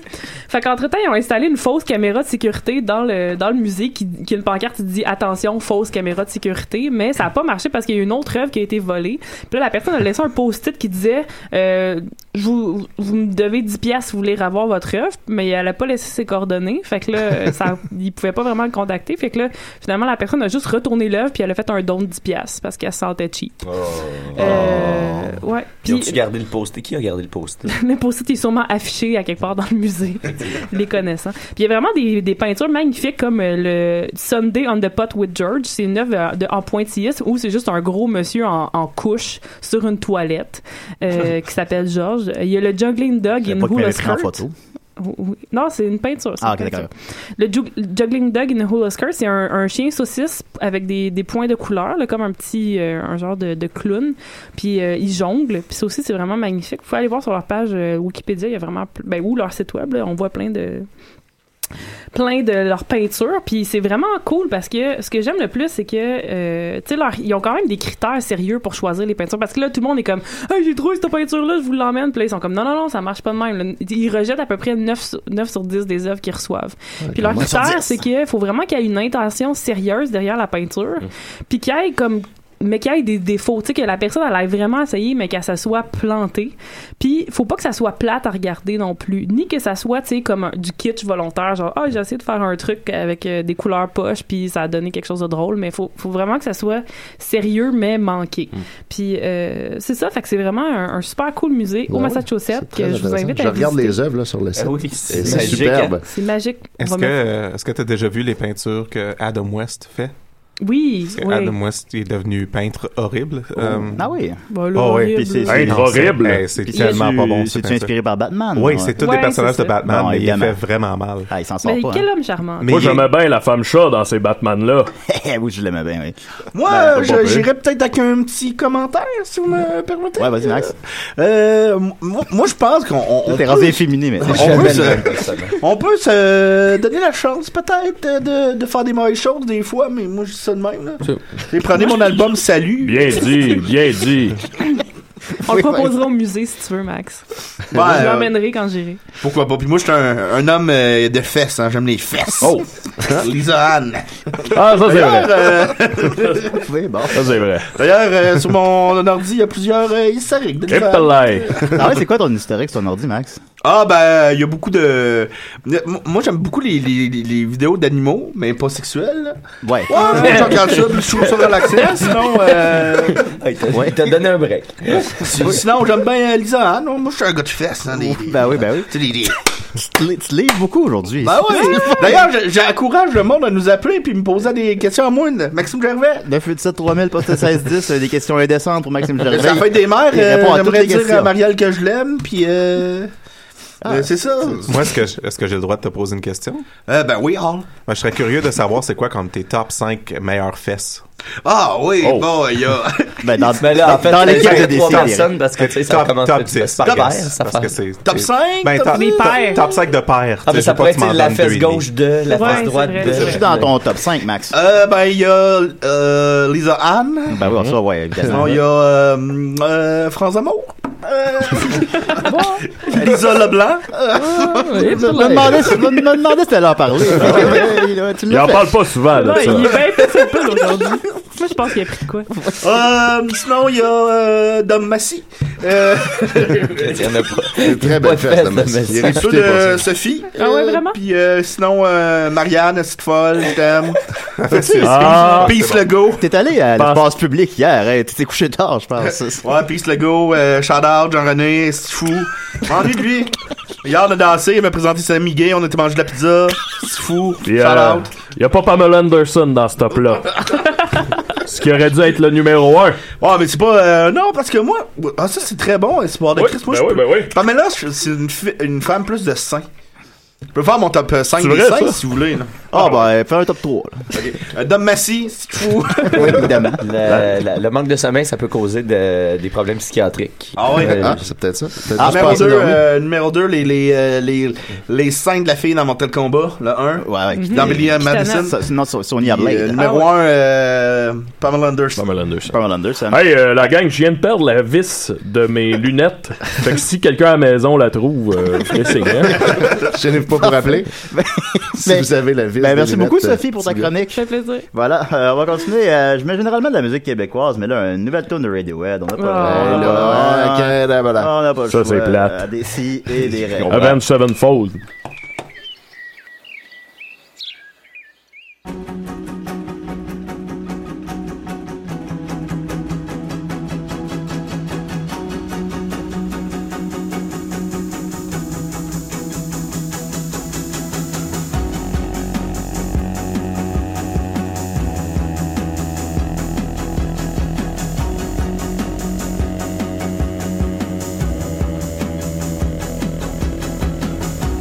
S6: Fait qu'entre-temps, ils ont installé une fausse caméra de sécurité dans le, dans le musée qui, qui a une pancarte qui dit « Attention, fausse caméra de sécurité », mais ça a pas marché parce qu'il y a une autre œuvre qui a été volée. Puis là, la personne a laissé un post-it qui disait euh, je vous, vous me devez 10 piastres si vous voulez revoir votre œuvre », mais elle a pas laissé ses coordonnées. Fait que là, euh, ça, ils pouvaient pas vraiment le contacter. Fait que là, finalement, la personne a juste retourné l'œuvre puis elle a fait un don de 10 piastres parce qu'elle se sentait cheap. Euh, ouais.
S7: Ils
S6: Puis-
S7: ont-tu gardé le post Qui a gardé le post
S6: le post-it est sûrement affiché à quelque part dans le musée, les connaissant. Puis il y a vraiment des, des peintures magnifiques comme euh, le Sunday on the Pot with George. C'est une œuvre euh, de- en pointilliste où c'est juste un gros monsieur en, en couche sur une toilette euh, qui s'appelle George. Il y a le Juggling Dog
S5: Je
S6: in
S5: savais pas qu'il
S6: Hula
S5: m'avait pris en
S6: Skirt.
S5: photo.
S6: Oui, oui. Non, c'est une peinture. c'est
S5: Ah,
S6: une
S5: ok,
S6: peinture. Le jug- le Juggling Dog in a Hula Skirt, c'est un, un chien saucisse avec des, des points de couleur, là, comme un petit, euh, un genre de, de clown. Puis euh, il jongle. Puis ça aussi, c'est vraiment magnifique. Vous pouvez aller voir sur leur page euh, Wikipédia, il y a vraiment, pl- ben, ou leur site web, là, on voit plein de plein de leurs peintures puis c'est vraiment cool parce que ce que j'aime le plus c'est que euh, tu sais leur- ils ont quand même des critères sérieux pour choisir les peintures parce que là tout le monde est comme hey j'ai trouvé cette peinture là je vous l'emmène puis là ils sont comme non non non ça marche pas de même là. ils rejettent à peu près 9 sur, 9 sur 10 des œuvres qu'ils reçoivent puis leur
S12: moins sur
S6: critère
S12: 10.
S6: c'est qu'il faut vraiment qu'il y ait une intention sérieuse derrière la peinture
S9: Mm.
S6: puis qu'il y ait comme mais qu'il y ait des défauts, tu sais, que la personne, elle aille vraiment essayé, mais qu'elle ça soit plantée. Puis, faut pas que ça soit plate à regarder non plus, ni que ça soit, tu sais, comme un- du kitsch volontaire, genre, ah, j'ai essayé de faire un truc avec euh, des couleurs poches, puis ça a donné quelque chose de drôle, mais faut, faut vraiment que ça soit sérieux, mais manqué.
S9: Mm.
S6: Puis, euh, c'est ça, fait que c'est vraiment un, un super cool musée au
S9: Ouais,
S6: Massachusetts que je vous
S9: intéressant.
S6: invite à
S9: Je regarde
S6: visiter.
S9: les œuvres là, sur le site.
S7: Ah oui,
S9: c'est
S7: c'est magique,
S9: superbe.
S6: C'est magique. On
S10: Est-ce
S6: va
S10: que
S6: mettre-
S10: euh, est-ce que tu as déjà vu les peintures que Adam West fait?
S6: Oui,
S10: Parce que
S6: oui.
S10: Adam West est devenu peintre horrible.
S8: Oh.
S10: Euh,
S5: Ah oui.
S6: Bah, le
S10: Ah oui.
S6: horrible.
S10: Puis c'est-
S5: Peintre
S10: non, c'est-
S5: horrible.
S10: hey, C'est
S5: Puis
S10: tellement
S5: c'est-
S10: pas bon.
S5: c'est-tu
S10: ces peintures.
S5: inspiré par Batman,
S10: Oui,
S5: ouais.
S10: c'est tous
S6: Ouais,
S10: des personnages
S6: c'est
S10: de
S6: ça.
S10: Batman,
S5: Non,
S10: mais il
S5: évidemment.
S10: fait vraiment mal.
S5: Ah, il s'en sort
S6: Mais
S5: pas.
S6: quel
S5: hein.
S6: homme charmant.
S10: Mais
S11: Moi,
S10: il-
S11: j'aimais bien la femme chat dans ces Batman-là.
S5: Eh, oui, je l'aimais bien, oui.
S8: Moi,
S5: Ben, pas
S8: je-
S5: pire.
S8: j'irais peut-être avec un petit commentaire, si vous me permettez.
S5: Ouais, vas-y, Max.
S8: Euh, m- moi, moi, je pense qu'on... on- on
S5: T'es
S8: peut-
S5: rasé efféminé, mais.
S8: On peut, se, euh, on peut se donner la chance peut-être euh, de, de faire des mauvaises choses des fois, mais moi je dis ça de même. là. Et prenez mon album Salut.
S11: Bien dit, bien dit.
S6: On le proposera au musée si tu veux, Max.
S8: Ben,
S6: je
S8: euh,
S6: l'emmènerai quand j'irai.
S8: Pourquoi pas? Puis moi je suis un, un homme euh, de fesses, hein. j'aime les fesses.
S11: Oh.
S8: Lisa Anne.
S11: Ah, ça, c'est
S8: D'ailleurs,
S11: vrai.
S8: euh,
S5: Oui, bon.
S11: Ça, c'est vrai.
S8: d'ailleurs, euh, sur mon ordi, il y a plusieurs euh, historiques de Lisa Anne.
S11: Épelay.
S5: Ah ouais, c'est quoi ton historique sur ton ordi, Max?
S8: Ah ben il y a beaucoup de M- moi j'aime beaucoup les, les, les- les vidéos d'animaux mais pas sexuelles. là.
S5: Ouais.
S8: Ouais,
S11: Ah,
S8: moi je regarde ça, puis je trouve ça relaxant. Sinon euh,
S7: Hey, t'as t'as donné un break.
S8: sinon j'aime bien euh, Lisa Anne. Moi je suis un gars de fesses hein, des- des-
S5: Ben oui, ben oui.
S8: tu sais, des- des-
S5: Tu te li- tu te livres beaucoup aujourd'hui.
S8: Ben ouais. D'ailleurs, je- j'encourage le monde à nous appeler puis me poser des questions à moi, là. Maxime Gervais.
S5: 987 3000 poste 1610, euh, des questions indécentes pour Maxime Gervais.
S8: Ça fait des mères,
S5: il répond à
S8: euh,
S5: toutes
S8: j'aimerais
S5: les
S8: dire
S5: questions.
S8: à Marielle que je l'aime puis euh, euh, c'est ça.
S10: Moi, est-ce que je- est-ce que j'ai le droit de te poser une question?
S8: Euh, ben oui, Hall.
S10: Moi, je serais curieux de savoir c'est quoi comme tes top 5 meilleures fesses.
S8: Ah oui,
S5: Oh.
S8: bon, il y a
S5: Ben, dans,
S7: Mais là, en
S5: dans-
S7: fait,
S5: dans
S7: Ah, les
S5: l'équipe de
S7: trois
S5: décision.
S7: personnes parce que tu sais, ça
S10: top,
S7: commence
S10: top
S7: par-
S10: 6.
S7: par
S10: top
S7: paire,
S10: six,
S7: ça
S10: parce que
S7: fait-
S10: c'est
S8: top
S10: c'est-
S8: 5,
S10: Ben,
S8: top
S10: top,
S6: six.
S10: top, top 5 de paires.
S7: Ah,
S10: Tu
S7: mais
S10: sais,
S7: ça
S10: faut pas
S7: pourrait
S10: que tu m'en
S7: être la
S10: donnes deux
S7: fesse
S10: et demi.
S7: gauche de, la
S6: Ouais,
S7: fesse droite
S6: c'est
S7: de.
S6: vrai, c'est
S5: Je suis dans ton top 5, Max.
S8: Euh, ben, il y a euh, Lisa Anne.
S5: Ben oui, ça, ouais, évidemment.
S8: Sinon, il y a euh, euh, France Amour. Euh, Lisa Leblanc.
S5: Je me demandais- je me demandais si t'allais en parler. Ouais, tu
S11: Il
S5: l'as
S11: en
S5: fait.
S11: parle pas souvent, là,
S6: Ouais,
S11: euh, ça.
S6: il est bien fait sur le aujourd'hui. Moi, je pense qu'il a pris de quoi.
S8: Euh, sinon, il y a euh, Dom Massy. Euh,
S7: Il y en a pas.
S9: Très
S7: Pas
S9: belle
S7: de fesse
S9: fesse de
S7: de
S9: Messi. Il est
S8: ceux
S9: réputé pour
S8: de
S9: ça.
S8: euh, Sophie.
S6: Ah ouais, vraiment?
S8: Euh, Puis euh, sinon, euh, Marianne, petite folle, je t'aime.
S11: Ah,
S8: Peace Lego.
S5: T'es allé à
S11: Pense-
S5: l'espace public hier, hein, tu t'es couché tard, je pense.
S8: Ouais, Peace Lego, euh, shout out, Jean-René, c'est fou. M'ennuie de lui. Hier, on a dansé, il m'a présenté sa miguet, on a été manger de la pizza. C'est fou.
S11: Puis,
S8: shout
S11: euh,
S8: out.
S11: y a pas Pamela Anderson dans ce top-là. Ce qui aurait dû être le numéro 1.
S8: Ouais, mais c'est pas. euh, non, parce que moi. Ah, ça, c'est très bon, espoir
S9: Ben,
S8: de
S5: Ben
S8: Christ. Moi, je peux-
S11: oui. ben-
S8: Pamela, je- c'est une, fi- une femme plus de 5. Je peux faire mon top 5
S11: C'est
S8: des
S11: vrai,
S8: 5
S11: ça?
S8: si vous voulez. Là.
S5: Ah, ben, fais un top 3.
S8: Euh, Dom Massy, c'est fou.
S5: Oui, évidemment.
S7: Le, la- le manque de sommeil, ça peut causer de- des problèmes psychiatriques.
S8: Ah oui.
S7: Euh,
S9: Ah, c'est peut-être ça. Peut-être
S5: Ah,
S9: juste
S8: numéro
S9: passer
S8: 2,
S9: dormir.
S8: numéro 2, les, les, euh, les, les 5 de la fille dans Mortal Kombat, le 1.
S5: Ouais, euh, ouais.
S8: Dans Million
S6: Kitana.
S8: Madison.
S5: Ça, sinon, so- Sony
S8: Puis,
S5: a
S8: euh,
S5: Blade. hein,
S8: numéro 1, euh, Pamela Anderson.
S11: Pamela Anderson.
S5: Superman Anderson.
S11: Hey, euh, la gang, je viens de perdre la vis de mes lunettes. Fait que si quelqu'un à la maison la trouve, euh, fais signe, hein.
S9: Je n'ai pas pour rappeler.
S5: Mais-
S9: si vous avez la ville.
S5: Ben, merci beaucoup,
S8: euh,
S5: Sophie, pour ta chronique.
S6: Ça fait plaisir.
S5: Voilà, euh, on va continuer. euh, je mets généralement de la musique québécoise, mais là, une nouvelle tune de Radiohead. On n'a pas le
S6: Ah,
S5: choix.
S9: Ah, ok, là, voilà.
S5: On n'a pas le
S11: Ça, c'est
S5: choix.
S11: plate.
S5: À des si et des règles.
S11: Avenged Sevenfold.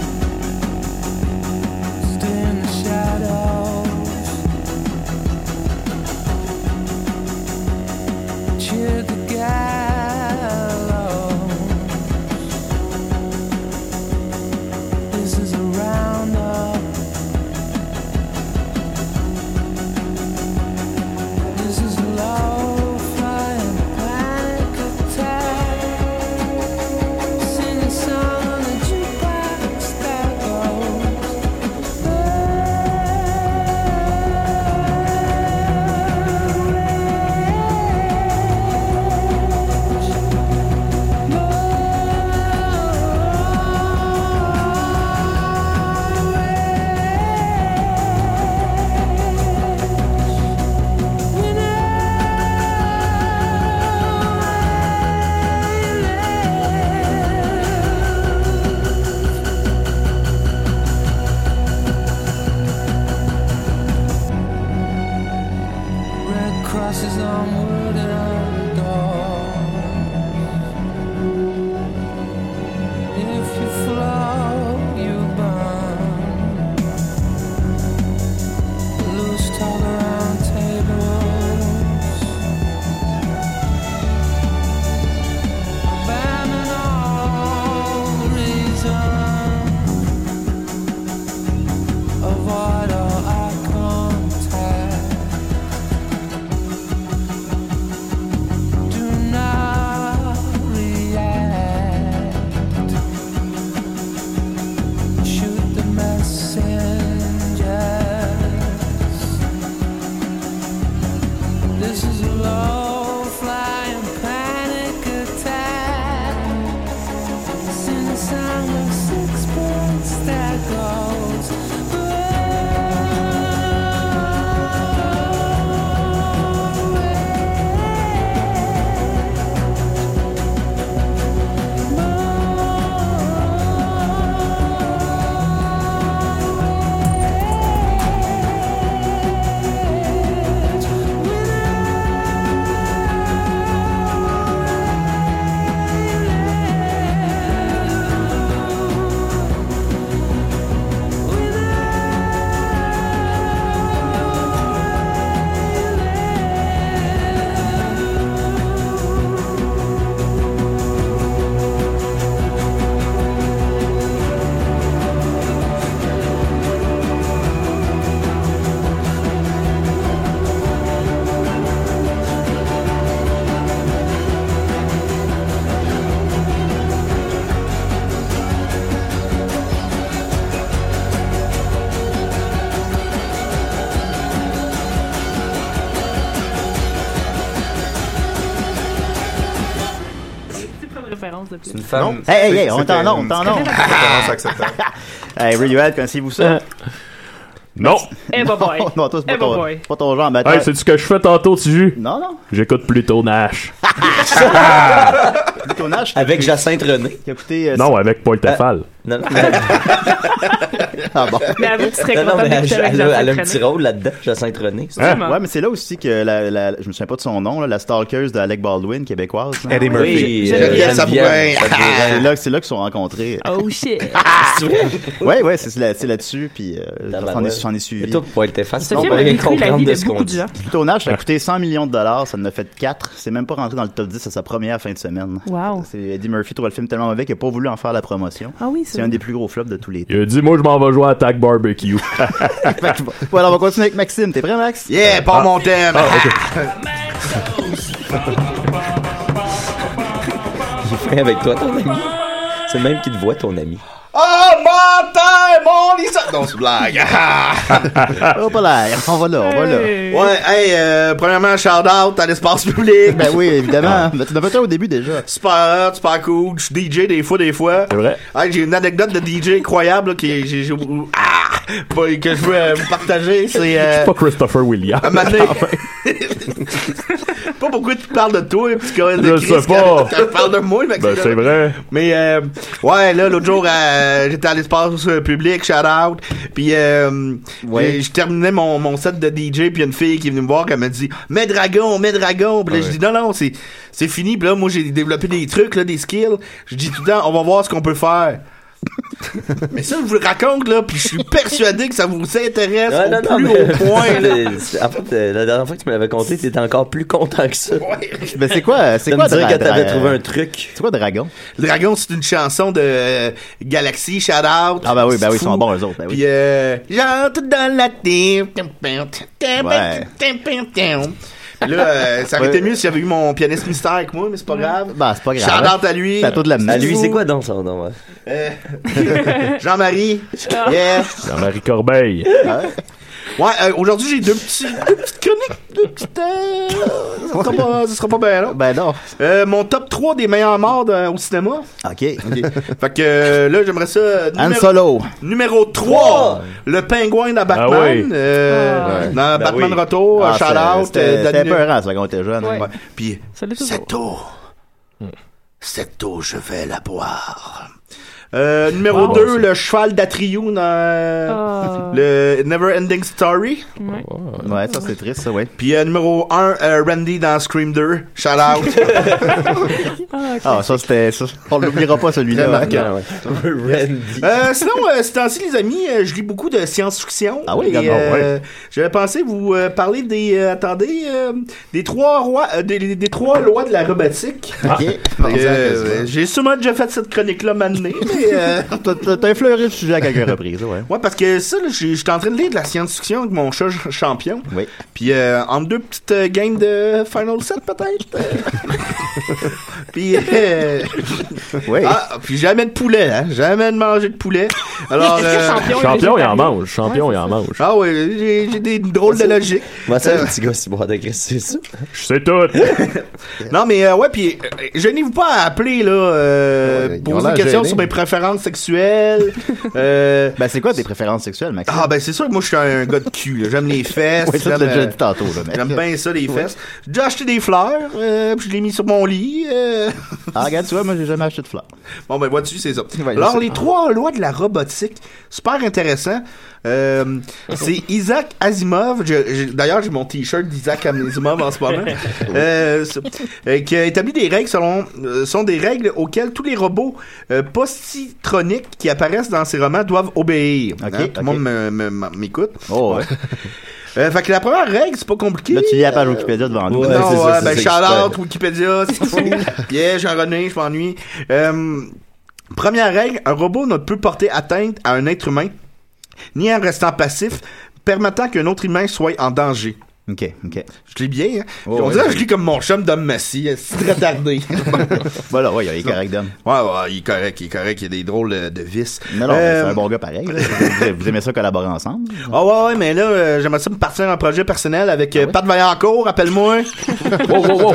S12: Thank
S6: balance de plus.
S7: une femme. Non.
S5: Hey, hey, hey, on t'en a, on t'en a. Hey, Radiohead, connaissez-vous ça?
S11: Euh, Non!
S6: Eh, bah, boy.
S5: Non, non, toi, c'est pas,
S6: Eh,
S5: ton-
S6: bah, boy.
S5: pas ton genre, mais attends.
S11: Hey, c'est ce que je fais tantôt, tu jus?
S5: Non, non.
S11: J'écoute plutôt Nash.
S5: Ton âge,
S7: Avec Jacinthe René.
S5: qui a coûté. euh,
S11: Non, avec Paul Tefal.
S7: Non, non,
S5: Ah bon?
S6: Mais avoue que tu serais
S7: non, non,
S6: capable
S7: mais elle,
S6: d'écouter avec
S7: elle a, elle a un
S6: Jacinthe
S7: petit
S6: René.
S7: rôle là-dedans, Jacinthe René.
S11: Hein?
S6: Vraiment.
S5: Ouais, mais c'est là aussi que la, la, je me souviens pas de son nom, là, la stalkeuse de Alec Baldwin, québécoise. là.
S10: Eddie Murphy.
S7: Oui, euh,
S6: Geneviève
S8: Sabourin.
S7: Geneviève Sabourin.
S5: C'est là, c'est là qu'ils se sont rencontrés.
S6: Oh shit!
S5: Ouais, ouais, c'est c'est là- c'est là-dessus, puis euh,
S7: Tabarouette.
S5: j'en ai, j'en ai
S7: Et
S5: suivi.
S7: toi, pour être face,
S6: Ce
S7: on
S6: film
S7: va
S6: a
S7: rien
S6: détruit la
S7: comprendre
S6: vie
S7: de
S6: de
S7: ce qu'on
S6: beaucoup de
S7: dit.
S6: gens.
S5: Plutonnage, ça a coûté 100 millions de dollars, ça en a fait 4. C'est même pas rentré dans le top 10 à sa première fin de semaine.
S6: Wow.
S5: C'est Eddie Murphy trouve le film tellement mauvais qu'il a pas voulu en faire la promotion.
S6: Ah oui,
S5: C'est un des plus gros flops de tous les temps.
S11: Il a dit, moi, je m'en vais jouer à Tag Barbecue.
S5: Fait que bon, voilà, on va continuer avec Maxime. T'es prêt, Max?
S8: Yeah, pas mon thème.
S5: Ah,
S7: Il est fin avec toi, ton ami. C'est le même qui te voit, ton ami.
S8: Oh mon thème, mon Lisa. Non, c'est blague. Ah.
S5: Hop là, on va là, on va là.
S8: ouais, hey, euh, premièrement, shout out à l'espace public.
S5: Ben oui,
S11: Ah.
S5: évidemment. Mais tu l'avais fait au début déjà.
S8: Super hot, super cool. Je suis DJ des fois, des fois.
S11: C'est vrai.
S8: Hey, j'ai une anecdote de DJ incroyable là, qui, j'ai, j'ai- ah, pas- que je veux euh, vous partager. C'est euh, Ah,
S11: pas Christopher Williams.
S8: un moment donné- pas pourquoi tu parles de toi, petit Cohen de
S11: Je
S8: Christ,
S11: sais pas.
S8: quand- quand je parle de moi, mais
S11: Ben, c'est vrai.
S8: Mais euh, ouais, là l'autre jour euh, j'étais à l'espace euh, public, shout out. Puis euh,
S5: Ouais.
S8: j'ai- je terminais mon, mon set de DJ, puis une fille qui est venue me voir, qui m'a dit "Mets dragon, mets dragon." Puis là je dis "Non non, c'est c'est fini." Puis là moi j'ai développé des trucs là, des skills. Je dis tout le temps "On va voir ce qu'on peut faire." mais ça je vous le raconte là, puis je suis persuadé que ça vous intéresse au plus
S7: mais-
S8: haut point là.
S7: C'est- En fait, euh, la dernière fois que tu me l'avais conté, t'étais encore plus content que ça.
S5: Ben c'est quoi,
S7: Tu
S5: c'est
S7: me
S5: quoi
S7: dirais
S5: dra-
S7: que t'avais
S5: dra-
S7: trouvé un truc.
S5: C'est quoi Dragon?
S8: Le Dragon, c'est une chanson de euh, Galaxy, shout out.
S5: Ah ben oui, ben oui, ils
S8: C'est
S5: sont
S8: fou.
S5: bons eux autres. Ben oui.
S8: Puis, euh, j'entre dans la terre. Tim, pim, tim,
S5: Ouais.
S8: tim, pim, tim. Puis Là, euh, ça aurait été mieux si j'avais eu mon pianiste mystère avec moi, mais c'est pas grave.
S5: Ben, c'est pas grave.
S8: Shout-out à lui.
S5: C'est à toi de l'amener.
S7: À lui, c'est quoi donc son nom? hein?
S8: Euh, Jean-Marie. Yeah.
S11: Jean-Marie Corbeil.
S8: Ouais, euh, aujourd'hui, j'ai deux, petits, deux petites chroniques. Deux petites. euh, ça, sera pas, ça sera pas bien long.
S5: Ben non.
S8: Euh, mon top 3 des meilleurs morts de- au cinéma.
S5: OK.
S8: Fait que euh, là, j'aimerais ça. euh,
S5: Han
S8: numéro-
S5: Solo.
S8: Numéro 3, le pingouin dans Batman.
S11: Ah oui. Ah.
S8: euh,
S11: Ouais.
S8: Dans
S7: Ben
S8: Batman
S7: oui.
S8: Retour,
S5: Ah,
S8: Oh, shout out.
S5: c'était-
S8: euh,
S5: C'était
S8: Danny-
S5: peurant, ça, quand on était jeune.
S6: Ouais.
S5: Ouais.
S8: Puis,
S6: Salut tout le monde.
S8: cette eau,
S11: Hmm.
S8: cette eau, je vais la boire. Euh, numéro
S11: Ah,
S8: 2,
S11: bon, ça.
S8: le cheval d'Atriou dans euh,
S6: Ah.
S8: le Never Ending Story.
S6: Ouais.
S5: Ouais, ça, c'est triste, ça, ouais.
S8: Puis euh, numéro 1, Randy dans Scream 2. Shout out.
S5: Ah, ça, c'était. ça, On l'oubliera pas, celui-là. hein.
S7: Ah ouais. Randy.
S8: Euh, sinon, euh, ces temps-ci, les amis, euh, je lis beaucoup de science-fiction.
S5: Ah oui,
S8: Et,
S5: d'accord,
S8: euh, J'avais pensé vous euh, parler des. euh, attendez, euh, des trois rois. euh, des, des- des trois lois de la robotique.
S5: OK. Bon,
S8: Euh,
S5: ça,
S8: j'ai sûrement déjà fait cette chronique-là maintenant, mais. euh,
S5: t'as- t'as- T'as effleuré le sujet à quelques reprises, ouais.
S8: Ouais, parce que ça, là, j'ai- j'étais en train de lire de la science-fiction avec mon chat ch- champion.
S5: Oui.
S8: Puis euh, en deux petites euh, games de Final Set, peut-être. euh. Puis. euh,
S5: Oui.
S8: Ah, puis jamais de poulet, hein. Jamais de manger de poulet. Alors. euh,
S11: Champion, il en mange. Champion, il en mange.
S8: Ah ouais, j'ai j'ai des drôles de logique.
S7: Moi,
S8: euh,
S7: ça, le petit gars, c'est boire de Christ, c'est ça?
S11: Je sais tout.
S8: Non mais euh, ouais, puis euh, gênez-vous pas à appeler là, euh,
S9: Ouais, ils ont
S8: poser des
S9: l'air
S8: questions
S9: gênés.
S8: sur mes préférences sexuelles. euh,
S5: Ben, c'est quoi tes préférences sexuelles, Max?
S8: ah ben c'est sûr que moi je suis un gars de cul. là. J'aime les fesses.
S5: Ouais, ça, tu
S8: j'aime,
S5: l'as déjà
S8: euh,
S5: dit tantôt, là, mais.
S8: J'aime bien ça, les fesses. J'ai déjà acheté des fleurs, euh, puis je l'ai mis sur mon lit. euh.
S5: Ah, regarde, tu vois, moi, j'ai jamais acheté de fleurs.
S8: Bon, ben, vois-tu, c'est ça.
S5: Ouais,
S8: Alors,
S5: c'est-
S8: les trois lois de la robotique, super intéressant. Euh, c'est Isaac Asimov. Je- je- D'ailleurs, j'ai mon t-shirt d'Isaac Asimov en ce moment. Euh, c'est- euh, qui a établi des règles selon. euh, sont des règles auxquelles tous les robots euh, postitroniques qui apparaissent dans ces romans doivent obéir.
S5: Ok,
S8: Hein, Tout le monde
S5: ok.
S8: me- me- m'écoute.
S5: Oh, ouais.
S8: Euh, fait que la première règle, c'est pas compliqué.
S5: Là, tu lis la page Wikipédia devant nous.
S7: Ouais.
S8: Non,
S7: c'est
S8: ouais,
S7: ça, c'est
S8: ben,
S7: ça que
S8: shout-out,
S7: je
S8: Wikipédia, c'est fou. yeah, Jean-René, je m'ennuie. Euh, première règle, un robot ne peut porter atteinte à un être humain, ni en restant passif, permettant qu'un autre humain soit en danger.
S5: OK, OK.
S8: Je lis bien, hein?
S5: Oh,
S8: On
S5: ouais,
S8: dirait que
S5: ouais.
S8: je lis comme mon chum d'homme Massy, hein, c'est retardé.
S5: Voilà, ouais, il y a les corrects d'hommes.
S8: ouais, ouais, il est correct, il est correct, il y a des drôles euh, de vices.
S5: Non, non, mais
S8: Euh,
S5: c'est un bon gars pareil. là. Vous, vous aimez ça collaborer ensemble?
S8: Ah ouais, ouais, mais là,
S5: Ah
S8: euh, j'aimerais ça me partir un projet personnel avec euh, Pat Vaillancourt, appelle-moi.
S11: Wow, wow, wow.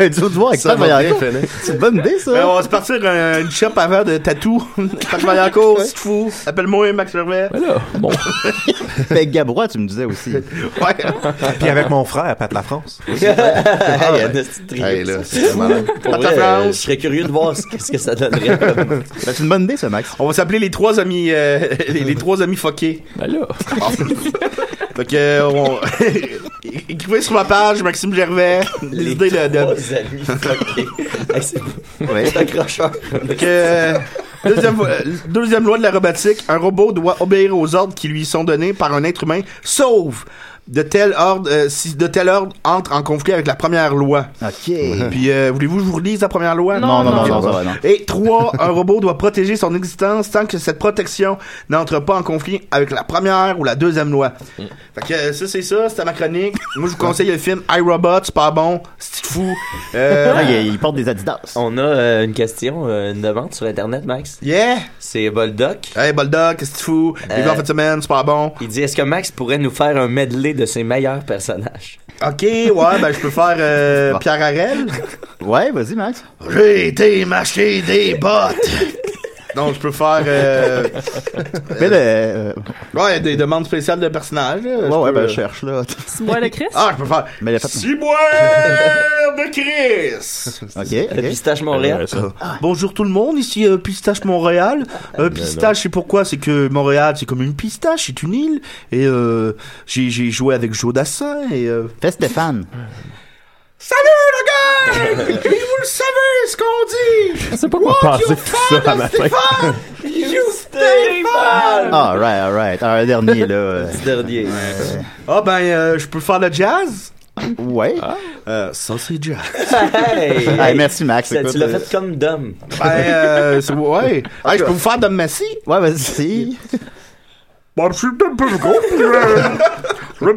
S5: Un duo de voix avec
S8: Ça
S5: Pat
S8: m'a
S5: Vaillancourt.
S8: bien fini.
S5: C'est une bonne idée, ça.
S8: Ben, on va se partir un- une shop à verre de tatou. Pat Vaillancourt, si tu te fous. Appelle-moi Max Gervais.
S7: Ben
S5: bon. Avec Gabrois, tu me disais aussi.
S10: Puis avec mon frère, Pat La France.
S5: Ah,
S7: Hey, un petit trip,
S10: Hey,
S7: ça.
S10: là, c'est malade.
S7: Pour
S10: Pat
S7: vrai,
S10: La
S7: euh,
S10: France.
S7: je serais curieux de voir ce qu'est-ce que ça donnerait.
S5: Ben, C'est une bonne idée, ça, Max.
S8: On va s'appeler les trois amis, euh, les, les trois amis fuckés.
S7: Ben
S11: Alors.
S8: Fait que, euh, on- écrivez sur ma page Maxime Gervais. Les, idées de. de-
S7: C'est accrocheur.
S8: Fait que, euh, deuxième, euh, deuxième loi de la robotique, un robot doit obéir aux ordres qui lui sont donnés par un être humain, sauf de tel ordre, euh, si de tel ordre entre en conflit avec la première loi.
S5: OK.
S7: Hein.
S8: Puis euh, voulez-vous que je vous relise la première loi
S5: Non, non, non, non, non, ça va, non.
S8: Et trois, un robot doit protéger son existence tant que cette protection n'entre pas en conflit avec la première ou la deuxième loi.
S5: Mm.
S8: Fait que euh, ça c'est ça, c'était ma chronique. Moi je vous conseille le film iRobot, c'est pas bon, c'est fou. Euh,
S5: Ah, porte des Adidas.
S7: On a euh, une question, euh, une demande sur Internet, Max.
S8: Yeah!
S7: C'est Boldoc.
S8: Hey, Boldoc, qu'est-ce que tu fous? Les
S7: Euh,
S8: gars, en fin de semaine, c'est pas bon.
S7: Il dit Est-ce que Max pourrait nous faire un medley de ses meilleurs personnages
S8: Ok, ouais, ben je peux faire euh, Pierre Harel.
S5: Ouais, vas-y, Max.
S8: J'ai été marcher des bottes. Donc je peux faire. euh,
S5: Mais le, euh,
S8: ouais, des demandes spéciales de personnages. là.
S5: ouais,
S8: Je
S5: ouais,
S8: peux,
S5: ben,
S8: euh,
S5: je cherche, là.
S6: Moi, le Chris.
S8: Ah, je peux faire.
S5: Mais il a fait-
S8: Ciboire de Chris.
S5: OK, OK.
S7: Pistache Montréal.
S8: Ah, Bonjour tout le monde, ici euh, Pistache Montréal. Euh, pistache, c'est pourquoi C'est que Montréal, c'est comme une pistache, c'est une île. Et euh, j'ai j'ai joué avec Joe Dassin et. euh,
S5: Fais Stéphane.
S8: Salut le gars! Et vous le savez ce qu'on dit!
S11: C'est pas quoi penser tout ça à matin.
S8: You Stéphane!
S5: Ah, all right, all right. Alors, le dernier, là. euh,
S7: Dernier.
S8: Ah ben, euh, je peux faire le jazz?
S5: ouais.
S8: Euh, ça c'est jazz.
S7: Hey,
S5: Ah, merci, Max.
S7: Ça,
S5: Écoute,
S7: tu l'as
S5: euh,
S7: fait comme Dom.
S8: Ben, euh, c'est- ouais. Hey, je peux vous faire de Messi?
S5: Ouais, vas-y.
S8: Bon, je suis un peu euh,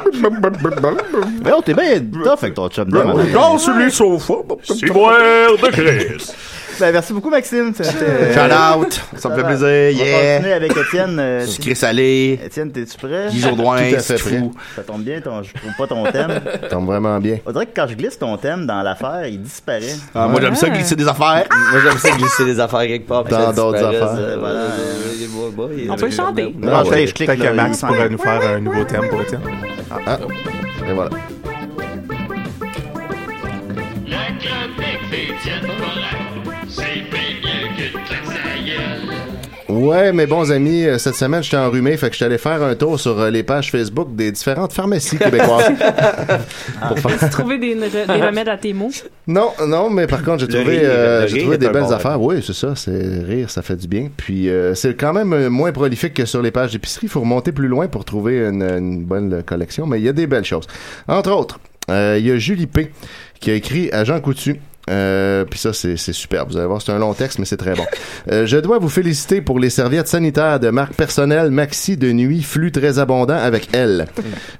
S8: gros.
S5: Mais on t'es bien tough avec ton chum. de matin.
S8: Non, sur les sofas.
S11: Ciboire de Chris.
S5: Ben, merci beaucoup, Maxime. Ça fait-
S8: Shout out! Ça me fait plaisir,
S5: On va continuer
S8: yeah!
S5: avec Étienne. euh,
S8: Sucré salé,
S5: Étienne, t'es-tu prêt?
S8: Guy Jourdouin,
S9: Tout à
S8: c'est
S9: fait prêt.
S8: fou.
S5: Ça tombe bien, ton, je trouve pas ton thème.
S9: tombe vraiment bien.
S5: On dirait que quand je glisse ton thème dans l'affaire, il disparaît.
S8: Ah, moi j'aime ça
S6: Ouais.
S8: glisser des affaires.
S7: Moi, j'aime ça glisser des affaires quelque part. puis
S9: Dans
S7: ça
S9: d'autres
S7: disparaît,
S9: affaires.
S7: ça, voilà. Euh, bon, bon,
S6: On peut le chanter.
S9: Ah,
S5: Ah,
S9: ouais.
S5: je clique,
S10: Peut-être
S5: là,
S10: que Max
S5: il-
S10: pourrait nous faire un nouveau thème pour Étienne.
S9: Ah. Et voilà.
S4: La chronique d'Étienne Morin, c'est bien mieux que de claquer sa gueule.
S9: Ouais, mes bons amis, euh, cette semaine, j'étais enrhumé, fait que j'étais allé faire un tour sur euh, les pages Facebook des différentes pharmacies québécoises.
S6: Ah.
S9: Pour faire-
S6: Trouver des, des remèdes à tes mots.
S9: Non, non, mais par contre, j'ai
S7: Le
S9: trouvé,
S7: rire,
S9: euh,
S7: le
S9: j'ai
S7: rire
S9: trouvé
S7: est
S9: des
S7: un
S9: belles
S7: bon
S9: affaires. Oui, c'est ça, c'est rire, ça fait du bien. Puis euh, c'est quand même euh, moins prolifique que sur les pages d'épicerie. Il faut remonter plus loin pour trouver une, une bonne collection, mais il y a des belles choses. Entre autres, euh, il y a Julie P. qui a écrit à Jean Coutu. Euh, puis ça, c'est c'est super. Vous allez voir, c'est un long texte, mais c'est très bon. Euh, je dois vous féliciter pour les serviettes sanitaires de marque personnelle Maxi de nuit, flux très abondant avec elle.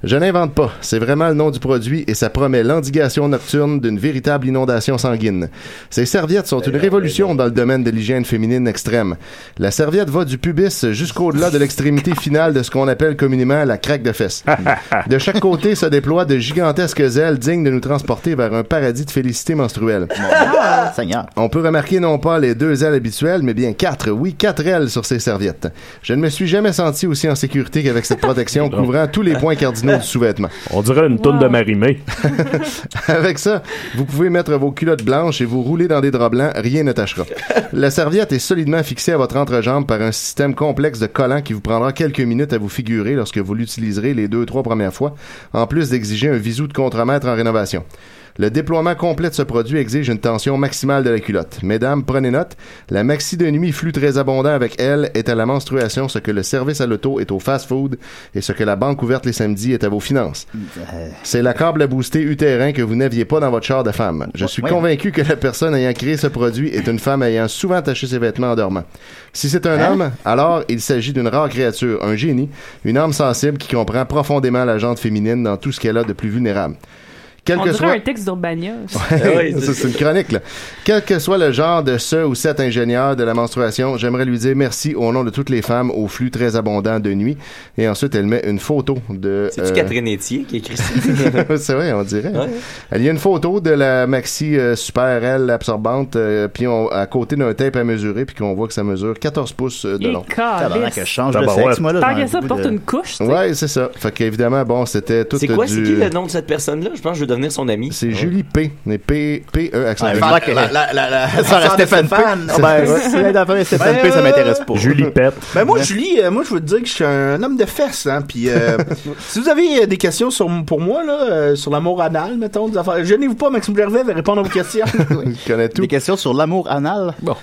S9: Je n'invente pas. C'est vraiment le nom du produit et ça promet l'endiguation nocturne d'une véritable inondation sanguine. Ces serviettes sont une révolution dans le domaine de l'hygiène féminine extrême. La serviette va du pubis jusqu'au-delà de l'extrémité finale de ce qu'on appelle communément la craque de fesses. De chaque côté se déploient de gigantesques ailes dignes de nous transporter vers un paradis de félicité menstruelle.
S6: Ah,
S5: Seigneur.
S9: On peut remarquer non pas les deux ailes habituelles, mais bien quatre, oui, quatre ailes sur ces serviettes. Je ne me suis jamais senti aussi en sécurité qu'avec cette protection couvrant tous les points cardinaux du sous-vêtement.
S11: On dirait une toune de Marimé.
S9: Avec ça, vous pouvez mettre vos culottes blanches et vous rouler dans des draps blancs, rien ne tâchera. La serviette est solidement fixée à votre entrejambe par un système complexe de collants qui vous prendra quelques minutes à vous figurer lorsque vous l'utiliserez les deux trois premières fois, en plus d'exiger un visou de contremaître en rénovation. Le déploiement complet de ce produit exige une tension maximale de la culotte. Mesdames, prenez note, la maxi de nuit flux très abondant avec elle est à la menstruation ce que le service à l'auto est au fast-food et ce que la banque ouverte les samedis est à vos finances. C'est la câble à booster utérin que vous n'aviez pas dans votre char de femme. Je suis
S5: Ouais.
S9: convaincu que la personne ayant créé ce produit est une femme ayant souvent taché ses vêtements en dormant. Si c'est un homme, alors il s'agit d'une rare créature, un génie, une âme sensible qui comprend profondément la gente féminine dans tout ce qu'elle a de plus vulnérable. Quel
S6: On
S9: que
S6: dirait
S9: soit.
S6: un texte d'Urbania.
S7: Ah
S9: Ouais, ça, c'est une chronique. là. Quel que soit le genre de ce ou cet ingénieur de la menstruation, j'aimerais lui dire merci au nom de toutes les femmes au flux très abondant de nuit. Et ensuite, elle met une photo de.
S7: C'est-tu
S9: euh,
S7: Catherine Etier qui écrit ça?
S9: c'est vrai, on dirait. Il y a une photo de la maxi euh, super L absorbante, euh, puis on- à côté d'un tape à mesurer, puis qu'on voit que ça mesure 14 pouces euh, de
S6: Et
S9: long.
S6: calisse. Tabarnak, je change de sexe, moi, là, Tant j'ai que ça, un goût porte de- une couche, tu sais.
S9: Ouais, c'est ça. Fait qu'évidemment, bon, c'était tout
S7: C'est quoi,
S9: du...
S7: c'est qui le nom de cette personne-là? Je pense que je veux devenir son ami.
S9: C'est Julie P. Mais P, P, E, accent.
S7: Ah,
S9: aigu.
S7: la- la- la- la- la-
S9: Ça reste
S7: sœur de Stéphane. Ben
S9: P.
S7: Ah, ben, ouais,
S9: C'est-
S7: si elle est dans la famille Stéphane
S9: Ouais,
S7: P, ça
S9: ouais,
S7: m'intéresse
S9: ouais.
S7: pas. Julie Pet.
S8: Ben moi, Julie, euh, moi, je veux te dire que je suis un homme de fesses, hein. Puis euh, si vous avez euh, des questions sur, pour moi, là, euh, sur l'amour anal, mettons, des affaires, gênez-vous pas, Maxime Gervais va répondre à vos questions.
S9: Il connaît tout. Des
S5: questions sur l'amour anal?
S9: Bon.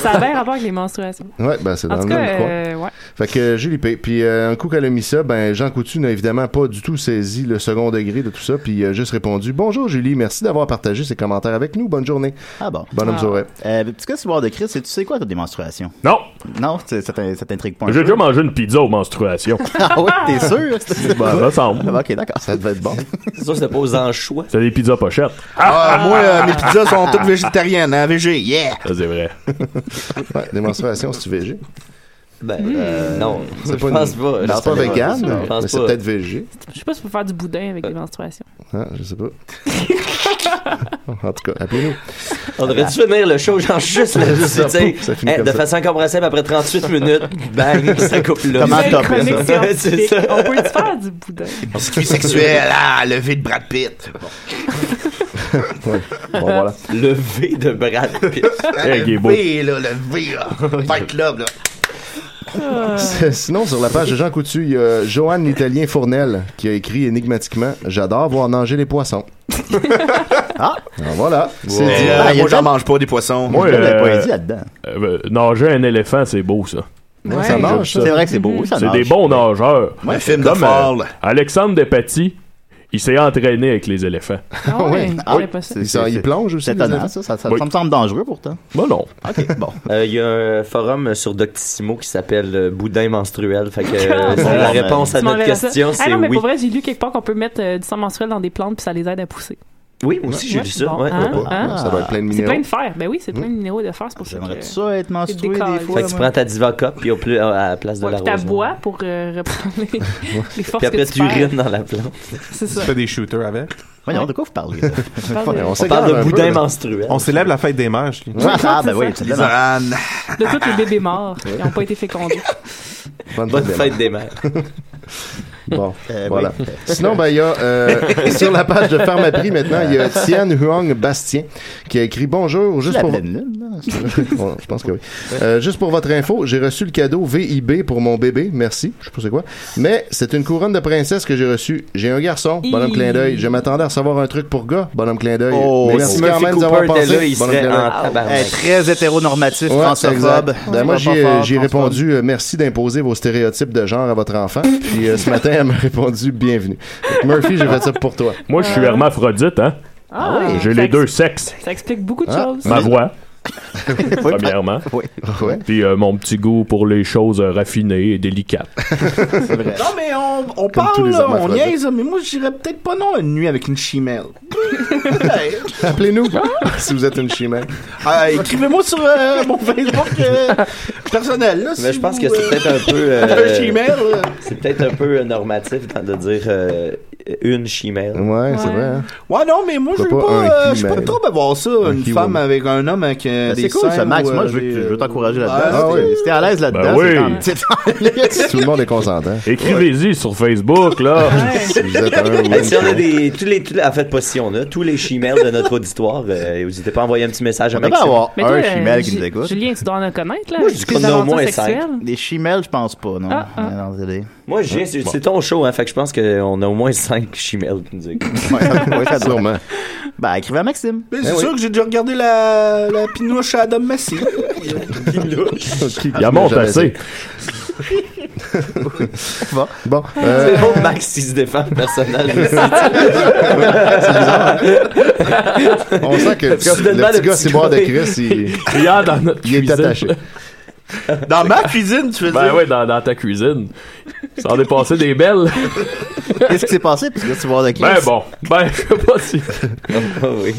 S6: ça a bien rapport avec les menstruations.
S9: Ouais, ben c'est
S6: En
S9: dans
S6: tout
S9: le
S6: cas,
S9: même coin.
S6: euh, ouais.
S9: Fait que euh, Julie P. Puis euh, un coup qu'elle a mis ça, ben Jean Coutu n'a évidemment pas du tout saisi le second degré de tout ça, puis il a juste répondu Bonjour Julie, merci d'avoir partagé ces commentaires avec nous. Bonne journée.
S5: Ah bon.
S9: Bonne homme
S5: Ah.
S9: soirée.
S5: Euh, petit cas, de Chris, tu sais quoi, ta démonstration?
S11: Non.
S5: Non, tu- ça t'in- ça t'intrigue pas. un
S11: J'ai
S5: peu?
S11: déjà mangé une pizza aux menstruations.
S5: Ah oui, t'es sûr?
S11: Ben, ça semble.
S5: ok, d'accord.
S9: Ça devait être bon.
S7: C'est sûr que c'était pas aux anchois.
S11: C'est des pizzas pochettes.
S8: Ah, moi, euh, mes pizzas sont toutes végétariennes, hein, végé, yeah!
S11: Ça, c'est vrai.
S9: ouais, démonstration, si tu végé.
S7: Ben,
S6: Hmm.
S7: euh, non.
S9: C'est
S7: Je
S9: pas, une-
S7: pense pas.
S9: c'est
S7: Je
S9: pas
S7: sais pas.
S9: vegan,
S7: Je
S9: mais
S7: pense
S9: c'est
S7: pas.
S9: peut-être végé.
S6: Je sais pas si tu peux faire du boudin avec les menstruations.
S9: Ah, je sais pas. en tout cas, appelez-nous.
S7: On aurait dû finir le show, genre juste là
S9: C'est ça,
S7: dessus
S9: pouf, ça finit comme
S7: de
S9: ça.
S7: façon compréhensible après 38 minutes, bang, ça coupe là.
S9: Comment t'as fait
S8: ça?
S7: Ouais, C'est ça.
S6: On peut-tu faire du boudin?
S8: Biscuit sexuel, ah, levé de Brad Pitt.
S9: Bon, voilà.
S7: Le V de Brad Pitt.
S8: Levé, là, levé, là. Fight Club, là.
S9: Euh, Sinon, sur la page de Jean Coutu, il y a Johan l'Italien Fournel qui a écrit énigmatiquement J'adore voir nager les poissons. ah! voilà. C'est dit.
S8: Euh,
S9: Ah, il y a
S8: moi, j'en
S9: tel-
S8: mange pas des poissons.
S11: Moi,
S9: Il y a de la
S11: euh,
S9: poésie là-dedans.
S11: euh, ben, nager un éléphant, c'est beau, ça.
S9: Ouais, ça nage, ça. C'est vrai que c'est beau, ça
S11: C'est
S9: nage.
S11: des bons nageurs.
S8: Ouais, film de
S11: Comme,
S8: Fall.
S11: Alexandre Despatie, il s'est entraîné avec les éléphants.
S6: Ah ouais, je savais pas ça.
S9: Il s'en- il plonge aussi.
S5: C'est étonnant, ça. Ça, ça- ça me semble dangereux pourtant.
S11: Bon, non.
S5: OK, bon.
S7: Euh, Il y a un forum sur Doctissimo qui s'appelle euh, Boudin menstruel. Fait que euh,
S5: Bon,
S7: la
S5: ben,
S7: réponse à
S6: Tu
S7: notre
S6: m'enverras ça.
S7: question,
S6: Ah
S7: c'est
S6: non, mais
S7: oui.
S6: pour vrai, j'ai lu quelque part qu'on peut mettre euh, du sang menstruel dans des plantes puis ça les aide à pousser.
S7: Oui, moi aussi, j'ai
S6: Ouais,
S7: lu ça.
S6: bon,
S7: ouais.
S6: hein,
S7: Ouais.
S6: hein.
S9: Ça doit être plein de
S6: C'est
S9: minéraux.
S6: plein de fer. Ben oui, c'est plein de minéraux de fer. C'est pour ça que...
S5: J'aimerais ça être menstrué
S6: C'est décalé.
S5: des
S7: Fait
S5: fois.
S7: que tu
S5: moi.
S7: prends ta Divacop puis au plus, à la place de
S6: Ouais,
S7: la
S6: puis t'as
S7: rose. ouais.
S6: bois pour euh, reprendre les, les forces
S7: Puis après,
S6: que
S7: tu
S6: tu perds.
S7: urines dans la plante.
S6: C'est ça.
S10: Tu fais des shooters avec.
S5: Voyons, de quoi vous parlez?
S6: parle de-
S9: On
S7: On parle
S9: s'égare
S7: de
S9: un peu,
S7: boudin
S9: là.
S7: menstruel.
S10: On célèbre la fête des mères. lui.
S5: Ah, ben oui,
S6: C'est
S8: Les
S5: évidemment.
S8: oranes.
S6: De tous les bébés morts qui n'ont pas été fécondés.
S9: Bonne
S7: Bonne
S9: fête,
S7: fête des mères.
S9: Emma. Bon,
S5: Euh,
S9: voilà.
S5: oui.
S9: Sinon, ben, il y a euh, sur la page de Pharmaprix maintenant, il y a Tian Huang Bastien qui a écrit Bonjour, juste
S5: la
S9: pour.
S5: pleine lune, là.
S9: Bon, je pense que oui. Euh, juste pour votre info, j'ai reçu le cadeau VIB pour mon bébé. Merci. Je sais pas c'est quoi. Mais c'est une couronne de princesse que j'ai reçue. J'ai un garçon. Bonhomme
S6: Hi.
S9: clin d'œil. Je m'attendais à recevoir un truc pour gars. Bonhomme clin d'œil.
S5: Oh,
S9: Mais
S5: oui.
S9: Merci
S7: Si
S9: quand
S7: Murphy
S9: même d'avoir
S7: Cooper était là,
S9: pensé.
S7: il
S9: Bonhomme
S7: serait
S9: clin d'œil.
S7: en
S5: Eh,
S7: tabarnak.
S5: très hétéronormatif,
S9: Ah Ouais,
S5: transphobe.
S9: exact. Ben, moi,
S5: Pas
S9: j'ai,
S5: fort,
S9: j'ai
S5: transphobe.
S9: répondu euh, merci d'imposer vos stéréotypes de genre à votre enfant. Puis euh, ce matin, elle m'a répondu bienvenue. Donc, Murphy, j'ai fait ça pour toi.
S11: Moi, je suis hermaphrodite, hein.
S6: Ah, oui.
S11: J'ai les deux sexes.
S6: Ça explique beaucoup de
S9: Ah.
S6: choses.
S11: Ma voix,
S5: Oui,
S11: premièrement.
S9: Ouais.
S11: Puis euh, mon petit goût pour les choses euh, raffinées et délicates.
S5: c'est vrai.
S8: Non, mais on, on
S9: tous
S8: parle,
S9: les
S8: là, on
S9: hermaphrodites.
S8: niaise, mais moi, j'irais peut-être pas non une nuit avec une chimelle.
S9: Appelez-nous si vous êtes une chimère.
S8: Ah, Écrivez-moi sur euh, mon Facebook euh, personnel, là.
S7: Mais
S8: si
S7: je pense que
S8: vous,
S7: c'est
S8: euh,
S7: peut-être un peu.
S8: Un
S7: euh,
S8: chimère, là.
S7: C'est peut-être un peu euh, normatif dans- de dire euh, une chimère.
S9: Ouais, c'est vrai. hein.
S8: Ouais, non, mais moi, je veux
S9: Pourquoi pas
S8: pas,
S9: un
S8: euh, je veux pas
S9: chimère?
S8: trop avoir ça,
S9: Un
S8: une
S9: kiwi.
S8: femme avec un homme avec euh,
S5: Ben,
S8: des
S5: C'est cool, ça,
S8: seins
S5: Max.
S8: ou,
S5: Moi,
S8: euh,
S5: je veux, que-
S8: des-
S5: je veux t'encourager
S8: Ah,
S5: là-dedans.
S8: oui.
S5: C'était à l'aise là-dedans.
S11: Ben oui.
S5: c'est tant-
S9: Si tout le monde est consentant.
S11: Écrivez-y sur Facebook, là.
S9: Si vous êtes un ou
S7: Hey,
S9: une
S7: si on a
S9: chimère.
S7: des, tous les, tous les- en fait, pas si on a, tous les chimères de notre auditoire, euh, n'hésitez pas à envoyer un petit message à
S5: On devrait
S7: Maxime.
S5: avoir
S6: toi,
S5: un
S6: euh,
S5: chimel qui
S6: Ju-
S5: nous écoute.
S6: Julien, tu dois en connaître, là.
S7: Moi, je dis
S6: tes
S7: qu'on en a au
S6: aventures
S7: moins
S6: sexuelles.
S5: Des chimelles, je pense pas, non.
S6: Ah, ah.
S5: Non, désolé.
S7: Moi, j'ai, c'est c'est ton show, hein, fait que je pense qu'on a au moins 5 chimères qui nous écoutent.
S5: Ouais, ouais, ça doit.
S9: Sûrement.
S5: Ben, écrivez à Maxime.
S8: Mais
S9: Eh
S8: c'est sûr que j'ai déjà regardé la, la pinouche à Adam Messi.
S11: Il en monte assez.
S9: Bon, bon euh,
S7: C'est bon, Max, il se défend le personnage aussi.
S9: on sent que le, petit gars-
S7: Soudainement,
S9: le
S7: le
S9: petit gars,
S7: petit
S9: c'est boire de
S7: gars-
S9: Chris, il,
S11: Prière dans notre
S9: il est
S11: cuisine.
S9: attaché.
S8: Dans ma cuisine, tu veux
S11: Ben
S8: dire?
S11: oui, dans, dans ta cuisine. Ça en est passé des belles.
S5: Qu'est-ce qui s'est passé? Puis là, tu vois de qui?
S11: Ben bon, ben je sais pas si.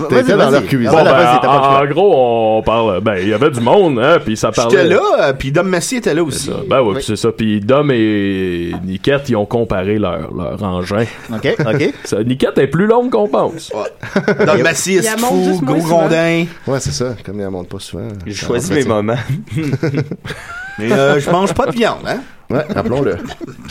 S5: T'étais dans leur cuisine.
S11: Bon, ben,
S5: Vas-y, t'as pas le
S11: en,
S5: choix.
S11: en gros, on parle. Ben, il y avait du monde, hein, puis ça parlait.
S8: J'étais là, euh, puis Dom Massy était là aussi.
S11: Ben ouais, puis c'est ça. Puis Dom et Niquette, ils ont comparé leur, leur engin.
S5: OK, OK.
S11: Ça, Niquette est plus longue qu'on pense.
S8: Dom Massy,
S11: Il
S8: c'est
S11: la monte
S8: fou,
S11: juste moins
S8: gros
S11: souvent.
S8: rondin.
S9: Ouais, c'est ça. Comme il ne monte pas souvent.
S7: Je
S9: ça
S7: choisis
S9: en fait,
S7: mes moments.
S8: Mais euh, je mange pas de viande, hein?
S9: Ouais, rappelons-le.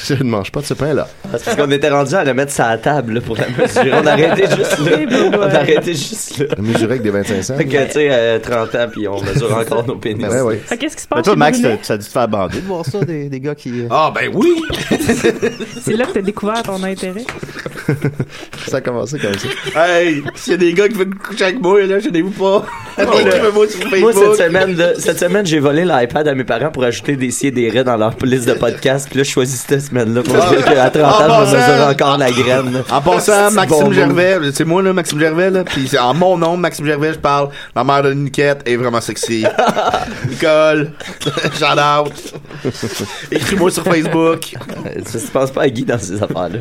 S9: Je ne mange pas de ce pain-là.
S7: C'est parce qu'on était rendu à le mettre sur la table là, pour la mesure. On arrêtait juste là. On arrêtait juste là.
S9: Mesuré avec des 25 cents.
S7: Fait que, tu sais, euh, 30 ans, puis on mesure encore nos pénis.
S9: Ben ouais.
S6: Fait qu'est-ce qui se
S5: Mais
S6: passe?
S5: toi,
S6: chez
S5: Max,
S6: Brunet?
S5: t'as- ça a dû te faire bander de voir ça, des, des gars qui.
S8: Ah, ben oui!
S6: c'est là que t'as découvert ton intérêt.
S9: Ça a commencé comme ça.
S8: Hey, s'il y a des gars qui veulent coucher avec moi, là, gênez-vous pas. Écrivez-moi sur Facebook.
S7: Moi, cette semaine, là, cette semaine, j'ai volé l'iPad à mes parents pour ajouter des si et des raies dans leur liste de podcasts. Puis là, je choisis cette semaine-là pour dire qu'à 30
S8: Ah. En
S7: ans, je me
S8: passant-
S7: mesure encore la graine.
S8: En passant,
S7: C'est
S8: Maxime
S7: bon mot.
S8: Gervais, c'est moi là, Maxime Gervais, là, pis c'est en mon nom, Maxime Gervais, je parle, ma mère de Niquette est vraiment sexy. Nicole, shout out. Écris-moi sur Facebook.
S7: Ça se passe pas à Guy dans ces affaires-là.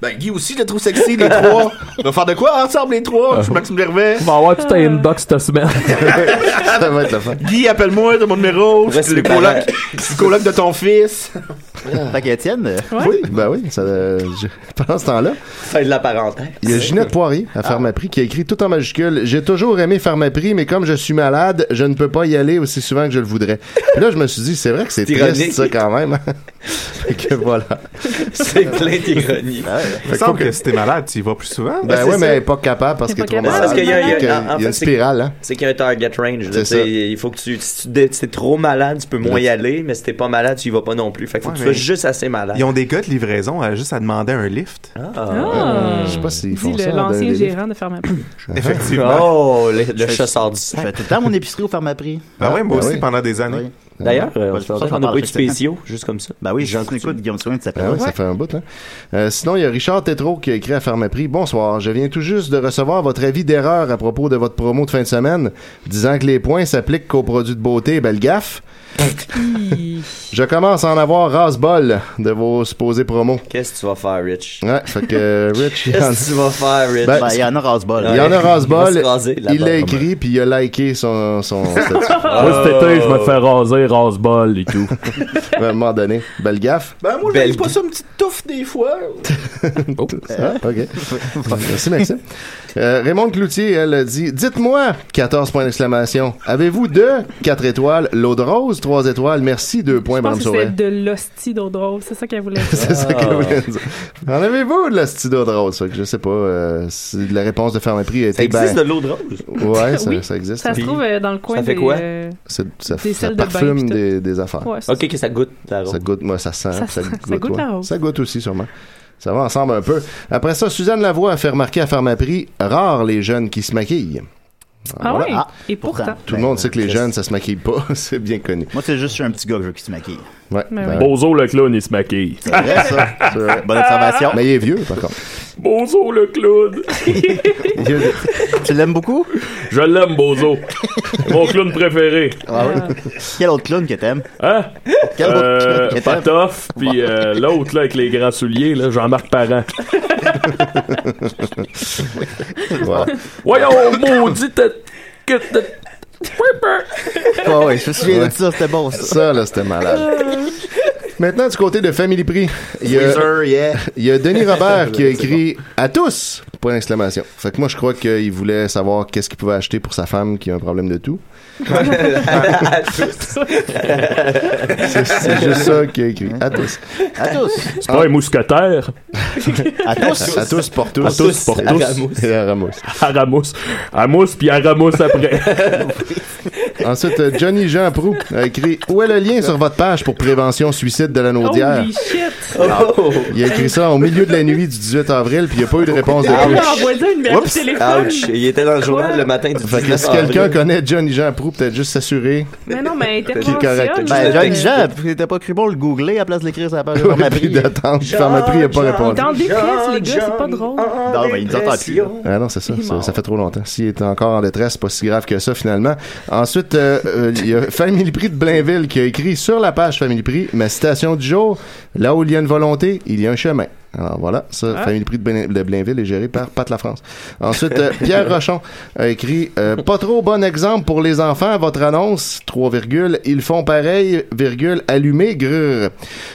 S8: Ben, Guy aussi, je le trouve sexy, les trois. On va faire de quoi ensemble, les trois? Je suis Maxime Gervais.
S11: On va avoir tout un inbox cette semaine.
S9: Ça va être le fun.
S8: Guy, appelle-moi, t'as mon numéro. Je
S7: Reste
S8: suis le
S7: les
S8: coloc,
S7: parents.
S8: je suis le coloc de ton fils.
S5: Fait qu'Étienne, euh,
S9: Oui, ben oui. Ça, euh, je- Pendant ce temps-là,
S7: Fin de la parenthèse.
S9: il y a Ginette Poirier
S8: Ah.
S9: à Pharmaprix qui a écrit tout en majuscule J'ai toujours aimé Pharmaprix, mais comme je suis malade, je ne peux pas y aller aussi souvent que je le voudrais. Puis là, je me suis dit, c'est vrai que c'est
S7: C'est ironique.
S9: triste, ça, quand même. Fait que voilà.
S7: C'est plein d'ironie.
S10: Il me semble que si t'es malade, tu y vas plus souvent.
S9: Ben
S7: c'est
S9: oui, mais
S7: ça.
S9: elle est pas capable parce
S6: Elle
S9: qu'elle
S6: est
S9: est trop
S6: pas capable.
S9: malade.
S7: Parce qu'il y a- il y a-
S9: Donc,
S7: en- en
S9: euh, il y a une
S7: fait, c'est-
S9: spirale, hein.
S7: C'est qu'il y a un target range. là,
S9: C'est
S7: tu sais,
S9: ça.
S7: il faut que tu. Si tu dé- si t'es trop malade, tu peux moins y aller, mais si t'es pas malade, tu y vas pas non plus. Fait que faut
S10: Ouais,
S7: que tu
S10: mais-
S7: sois juste assez malade.
S10: Ils ont des gars de livraison à juste à demander un lift.
S6: Ah!
S9: Je sais pas hein, s'ils font
S6: Dis
S9: ça.
S6: le-
S9: dans
S6: l'ancien
S9: les-
S6: gérant de Pharmaprix.
S10: Effectivement.
S7: Oh, le, le
S5: fais-
S7: chasseur du
S5: je
S7: sang.
S5: fais tout le temps mon épicerie au Pharmaprix.
S10: Ben ouais, moi
S9: Ben
S10: aussi,
S9: oui.
S10: pendant des années.
S5: Oui.
S7: D'ailleurs, euh, on
S5: Ouais,
S7: se
S5: ça,
S7: fait
S5: j'en
S7: on a
S5: parle
S7: pas eu de
S5: chaque
S7: spéciaux, juste comme ça.
S5: Ben oui,
S7: Jean
S5: j'en écoute Guillaume Soin, ça fait
S9: Ah ouais,
S5: longtemps.
S9: ça fait un bout, hein. Euh, sinon, il y a Richard Tétrault qui a écrit à Pharmaprix. Bonsoir, je viens tout juste de recevoir votre avis d'erreur à propos de votre promo de fin de semaine, disant que les points s'appliquent qu'aux produits de beauté. Belle gaffe. je commence à en avoir ras-bol de vos supposés promos.
S7: Qu'est-ce que tu vas faire, Rich?
S9: Ouais, fait que euh, Rich, il y en a-
S7: Qu'est-ce que tu vas faire, Rich?
S9: Ben,
S5: Ben, il y en a ras-bol.
S9: il y en a
S7: Il va
S9: ras-bol.
S7: se raser, là-bas,
S9: Il l'a
S7: vraiment.
S9: écrit, puis il a liké son... son statut.
S11: Moi, cet été, je me fais raser, rase-bol et tout.
S9: à un moment donné. Belle gaffe.
S8: Ben, moi,
S7: Belle
S8: je pas ça, une petite touffe des fois.
S9: Ah, ok. Merci, Maxime. Euh, Raymond Cloutier, elle a dit Dites-moi, 14 points d'exclamation, avez-vous deux 4 étoiles, l'eau de rose, 3 étoiles, merci, 2
S6: Je
S9: points, Bram
S6: pense que
S9: Sauvé.
S6: c'est de l'hostie d'eau de rose, c'est ça qu'elle voulait dire.
S9: C'est ça que je voulais
S6: Ah.
S9: dire. En avez-vous de la stylo de rose Fait que Je sais pas euh, si la réponse de Pharmaprix a
S7: Ça
S9: été.
S7: existe
S9: ben,
S7: de l'eau de rose?
S9: Ouais, ça,
S6: Oui.
S9: ça existe.
S6: Ça se trouve euh, dans le coin
S7: Ça fait
S6: des,
S7: quoi?
S6: euh,
S9: C'est- ça
S6: Des
S9: ça
S6: sels de bain,
S9: parfume
S6: puis tout.
S9: des, des affaires.
S6: ouais, ça.
S7: Ok, que ça goûte la rose.
S9: Ça goûte, moi, ça sent.
S6: Ça
S9: Ça,
S6: sent-
S9: goûte,
S6: ça goûte
S9: ouais.
S6: la rose.
S9: Ça goûte aussi, sûrement. Ça va ensemble un peu. Après ça, Suzanne Lavoie a fait remarquer à Pharmaprix Rares les jeunes qui se maquillent.
S6: Ah
S9: Voilà.
S6: ouais? Et pourtant.
S9: Tout
S5: Ben,
S9: le monde sait que les jeunes, ça se maquille pas. C'est bien connu.
S5: Moi, c'est juste je suis un petit gars que je veux qu'il se maquille.
S9: Ouais.
S6: Mais
S9: ben
S6: oui.
S9: ouais.
S11: Bozo le clown, il se maquille.
S5: C'est vrai, ça.
S9: C'est vrai.
S5: Bonne observation.
S9: Mais il est vieux, par contre.
S11: Bozo le clown.
S9: Il est vieux.
S5: Tu l'aimes beaucoup?
S11: Je l'aime, Bozo. Mon clown préféré.
S5: Quel autre clown que t'aimes?
S11: Hein?
S5: Quel autre
S11: Euh,
S5: clown que t'aimes?
S11: Patoff, puis euh, l'autre là avec les grands souliers, là, Jean-Marc Parent.
S9: Voilà.
S11: Voyons, maudit tête que t'es-
S5: Ah ouais, je me souviens
S9: Ouais.
S5: de ça, c'était bon, ça.
S9: Ça, là, c'était malade. Maintenant, du côté de Family Prix, il y a,
S8: Freezer, yeah.
S9: il y a Denis Robert qui a écrit à tous Point d'exclamation. Fait que moi, je crois qu'il voulait savoir qu'est-ce qu'il pouvait acheter pour sa femme qui a un problème de tout. C'est- C'est juste ça qu'il a écrit. À tous.
S5: À tous.
S11: C'est pas un Ben, mousquetaire,
S5: À tous.
S9: À tous, pour tous.
S11: À tous, pour
S9: Et
S11: tous.
S9: à Ramos. Et à Ramos.
S11: Aramousse. Amousse, puis Aramousse après.
S9: Ensuite, euh, Johnny Jean Proux a écrit Où est le lien sur votre page pour prévention suicide de la naudière
S6: Holy shit!
S7: Oh!
S9: Il a écrit ça au milieu de la nuit du 18 avril, puis il n'y a pas eu de réponse de plus.
S6: Ah, envoie-lui un numéro de
S7: Oups!
S6: téléphone!
S7: Ouch! Il était dans le journal le matin du
S9: Fait que
S7: 19
S9: si quelqu'un
S7: avril.
S9: connaît Johnny Jean Proux, peut-être juste s'assurer.
S6: Mais non, mais
S9: Qui est
S6: intervention.
S9: correct.
S5: Ben,
S7: Ben,
S5: Johnny Jean, t'as pas cru bon le googler à place de l'écrire sur la page de
S9: Ouais, puis
S5: Pharmaprix.
S9: d'attendre. Pharmaprix n'a pas répondu.
S6: Dans des crises, les gars, c'est pas drôle.
S5: Non, ben, il nous entend plus, là.
S9: Ah non, c'est ça, ça. ça fait trop longtemps. S'il était encore en détresse, c'est pas si grave que ça, finalement. Ensuite, fait, euh, euh, il y a Family Prix de Blainville qui a écrit sur la page Family Prix ma citation du jour Là où il y a une volonté, il y a un chemin. Alors voilà, ça,
S12: Ah.
S9: Family Prix de, Blain- de Blainville est géré par Pat La France. Ensuite, euh, Pierre Rochon a écrit euh, Pas trop bon exemple pour les enfants, votre annonce, 3 virgules, ils font pareil, virgule, allumé, grrr.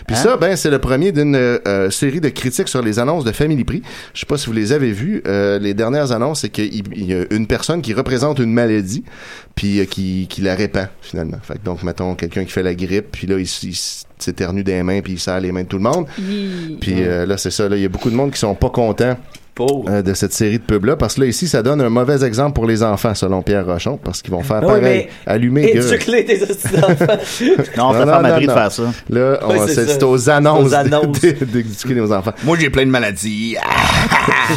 S9: Puis ça, ben, c'est le premier d'une euh, série de critiques sur les annonces de Family Prix. Je sais pas si vous les avez vues. euh, les dernières annonces, c'est qu'il il y a une personne qui représente une maladie, puis euh, qui, qui la répand, finalement. Fait que donc, mettons, quelqu'un qui fait la grippe, puis là, il, s- il s'éternue des mains, puis il serre les mains de tout le monde. Puis euh, là, c'est ça. là, Il y a beaucoup de monde qui sont pas contents. euh, de cette série de pubs-là, parce que là, ici, ça donne un mauvais exemple pour les enfants, selon Pierre Rochon, parce qu'ils vont faire
S7: Ah oui,
S9: pareil,
S7: mais
S9: allumer... gueule.
S7: Éduque-les des hosties d'enfants.
S9: Non,
S5: va faire
S9: non, non,
S5: Madrid
S9: non.
S5: faire ça.
S9: Là, on-
S5: Oui, c'est
S9: c'est
S5: ça.
S9: c'est aux annonces
S5: Aux annonces.
S9: d- d- d'éduquer nos enfants.
S8: Moi, j'ai plein de maladies.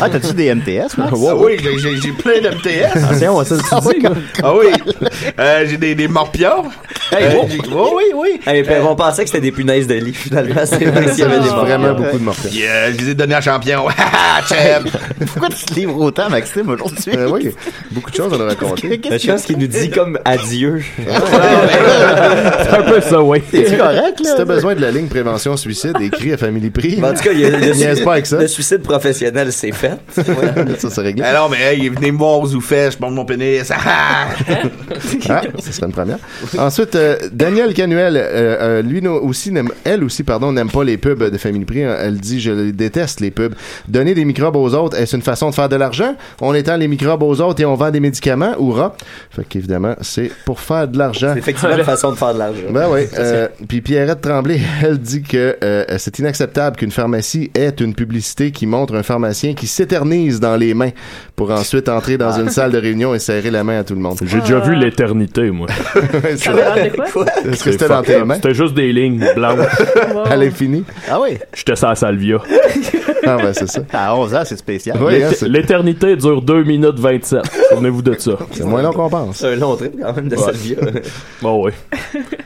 S5: Ah, t'as-tu des MTS, Max?
S8: Ah oui, j'ai- j'ai j'ai plein d'MTS.
S5: Ah, c'est on va se le
S8: Ah oui,
S5: dire.
S8: ah oui. Euh, j'ai des, des morpions.
S7: Hey,
S5: oh.
S8: Euh,
S7: wow.
S8: j'ai- oui, oui, oui.
S7: Hey, ben, on pensait que c'était des punaises de lit, finalement. C'est vrai qu'il y avait des morpions.
S8: Puis, euh, je les ai donnés à champion.
S9: Ah,
S8: Chef.
S5: Pourquoi tu te livres autant, Maxime, aujourd'hui?
S9: Euh, oui, beaucoup de choses à raconter.
S7: La chose qui nous dit comme adieu.
S9: C'est un peu ça, oui.
S7: T'es-tu correct, là?
S9: Si t'as besoin de la ligne prévention suicide, écris à Family Prix.
S7: Ben, En tout cas, il y a le,
S9: Niaise
S7: sui-
S9: pas avec ça.
S7: le suicide professionnel, c'est fait.
S9: ça, c'est réglé.
S8: Alors, mais hey, il est venu me voir aux oufets, je monte mon pénis. Ah!
S9: Ah, ce serait une première. Ensuite, euh, Daniel Canuel, euh, euh, lui no- aussi, n'aime- elle aussi, pardon, n'aime pas les pubs de Family Prix. Euh, Elle dit, je les déteste les pubs. Donner des microbes aux autres, est-ce une façon de faire de l'argent? On étend les microbes aux autres et on vend des médicaments, hurrah! Fait qu'évidemment, c'est pour faire de l'argent.
S7: Effectivement, une façon de faire de l'argent.
S9: Ben oui.
S7: Ça, c'est-
S9: euh, Puis Pierrette Tremblay, elle dit que euh, c'est inacceptable qu'une pharmacie ait une publicité qui montre un pharmacien qui s'éternise dans les mains pour ensuite entrer dans
S7: Ah.
S9: une salle de réunion et serrer la main à tout le monde.
S11: J'ai déjà vu l'éternité, moi.
S9: Ça avait l'air de quoi? Est-ce que c'était dans tes mains?
S11: C'était juste des lignes blanches.
S9: À l'infini.
S5: Ah oui?
S11: J'étais ça à Salvia.
S9: Ah ben c'est ça.
S5: À 11 ans, c'est spécial.
S11: L'éter-
S7: hein,
S11: L'éternité dure 2 minutes 27. Souvenez-vous de ça.
S9: C'est moins long qu'on pense.
S7: C'est un long trip quand même de
S11: Ouais.
S7: Salvia.
S11: Bon, oui.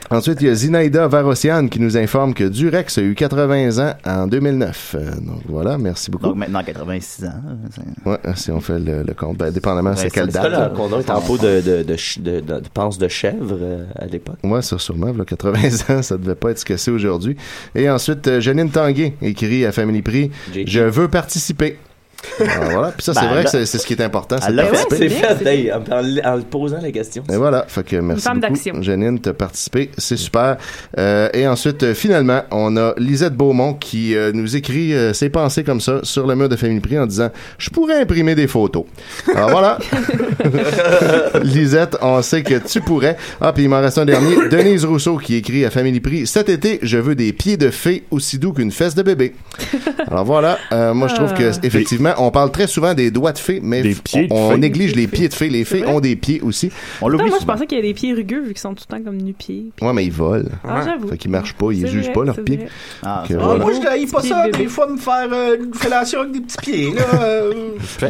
S9: Ensuite, il y a Zinaida Varossian qui nous informe que Durex a eu 80 ans en 2009. Euh, donc voilà, merci beaucoup.
S5: Donc maintenant, 86 ans. c'est-
S9: Ouais, si on fait le, le compte, ben, dépendamment c'est quelle date.
S7: Ça,
S9: là.
S7: le condom est en peau de, de, de, ch- de, de- de panse de chèvre euh, à l'époque.
S9: Ouais, ça sûrement, là, 80 ans, ça devait pas être ce que c'est aujourd'hui. Et ensuite, euh, Janine Tanguay écrit à Family Prix Je veux participer. Alors, voilà, puis ça, c'est
S7: Ben,
S9: vrai
S7: là-
S9: que c'est c'est ce qui est important, Ah, c'est de
S7: Alors,
S9: participer.
S7: c'est fait, hey, en, en- en le posant la question.
S9: Et Ben voilà, fait que merci
S7: femme
S9: beaucoup,
S7: d'action.
S9: Janine, de participer, c'est super. Euh, et ensuite, euh, finalement, on a Lisette Beaumont qui euh, nous écrit euh, ses pensées comme ça sur le mur de Family Prix en disant « Je pourrais imprimer des photos ». Alors voilà, Lisette, on sait que tu pourrais. Ah, puis il m'en reste un dernier. Denise Rousseau qui écrit à Family Prix Cet été, je veux des pieds de fée aussi doux qu'une fesse de bébé. Alors voilà, euh, moi je trouve que
S5: Ah.
S9: effectivement, on parle très souvent des doigts de fée, mais f-
S11: pieds de
S9: on, on
S11: fée.
S9: néglige les pieds de fée. Les fées ont des pieds aussi. On
S6: Attends,
S9: l'oublie
S6: moi, je
S9: souvent.
S6: pensais qu'il y a des pieds rugueux vu qu'ils sont tout le temps comme nu-pieds.
S9: Ouais, mais ils volent.
S6: Ah, j'avoue.
S9: Fait qu'ils marchent pas, ils
S6: C'est
S9: jugent
S6: vrai,
S9: pas leurs
S6: c'est
S9: pieds.
S6: vrai.
S5: Ah,
S9: Fait que
S8: Ah,
S9: voilà.
S8: moi, je n'aille pas
S6: Petit
S8: ça,
S6: bébé.
S8: des fois, me faire euh, une fellation avec des petits pieds, là. euh,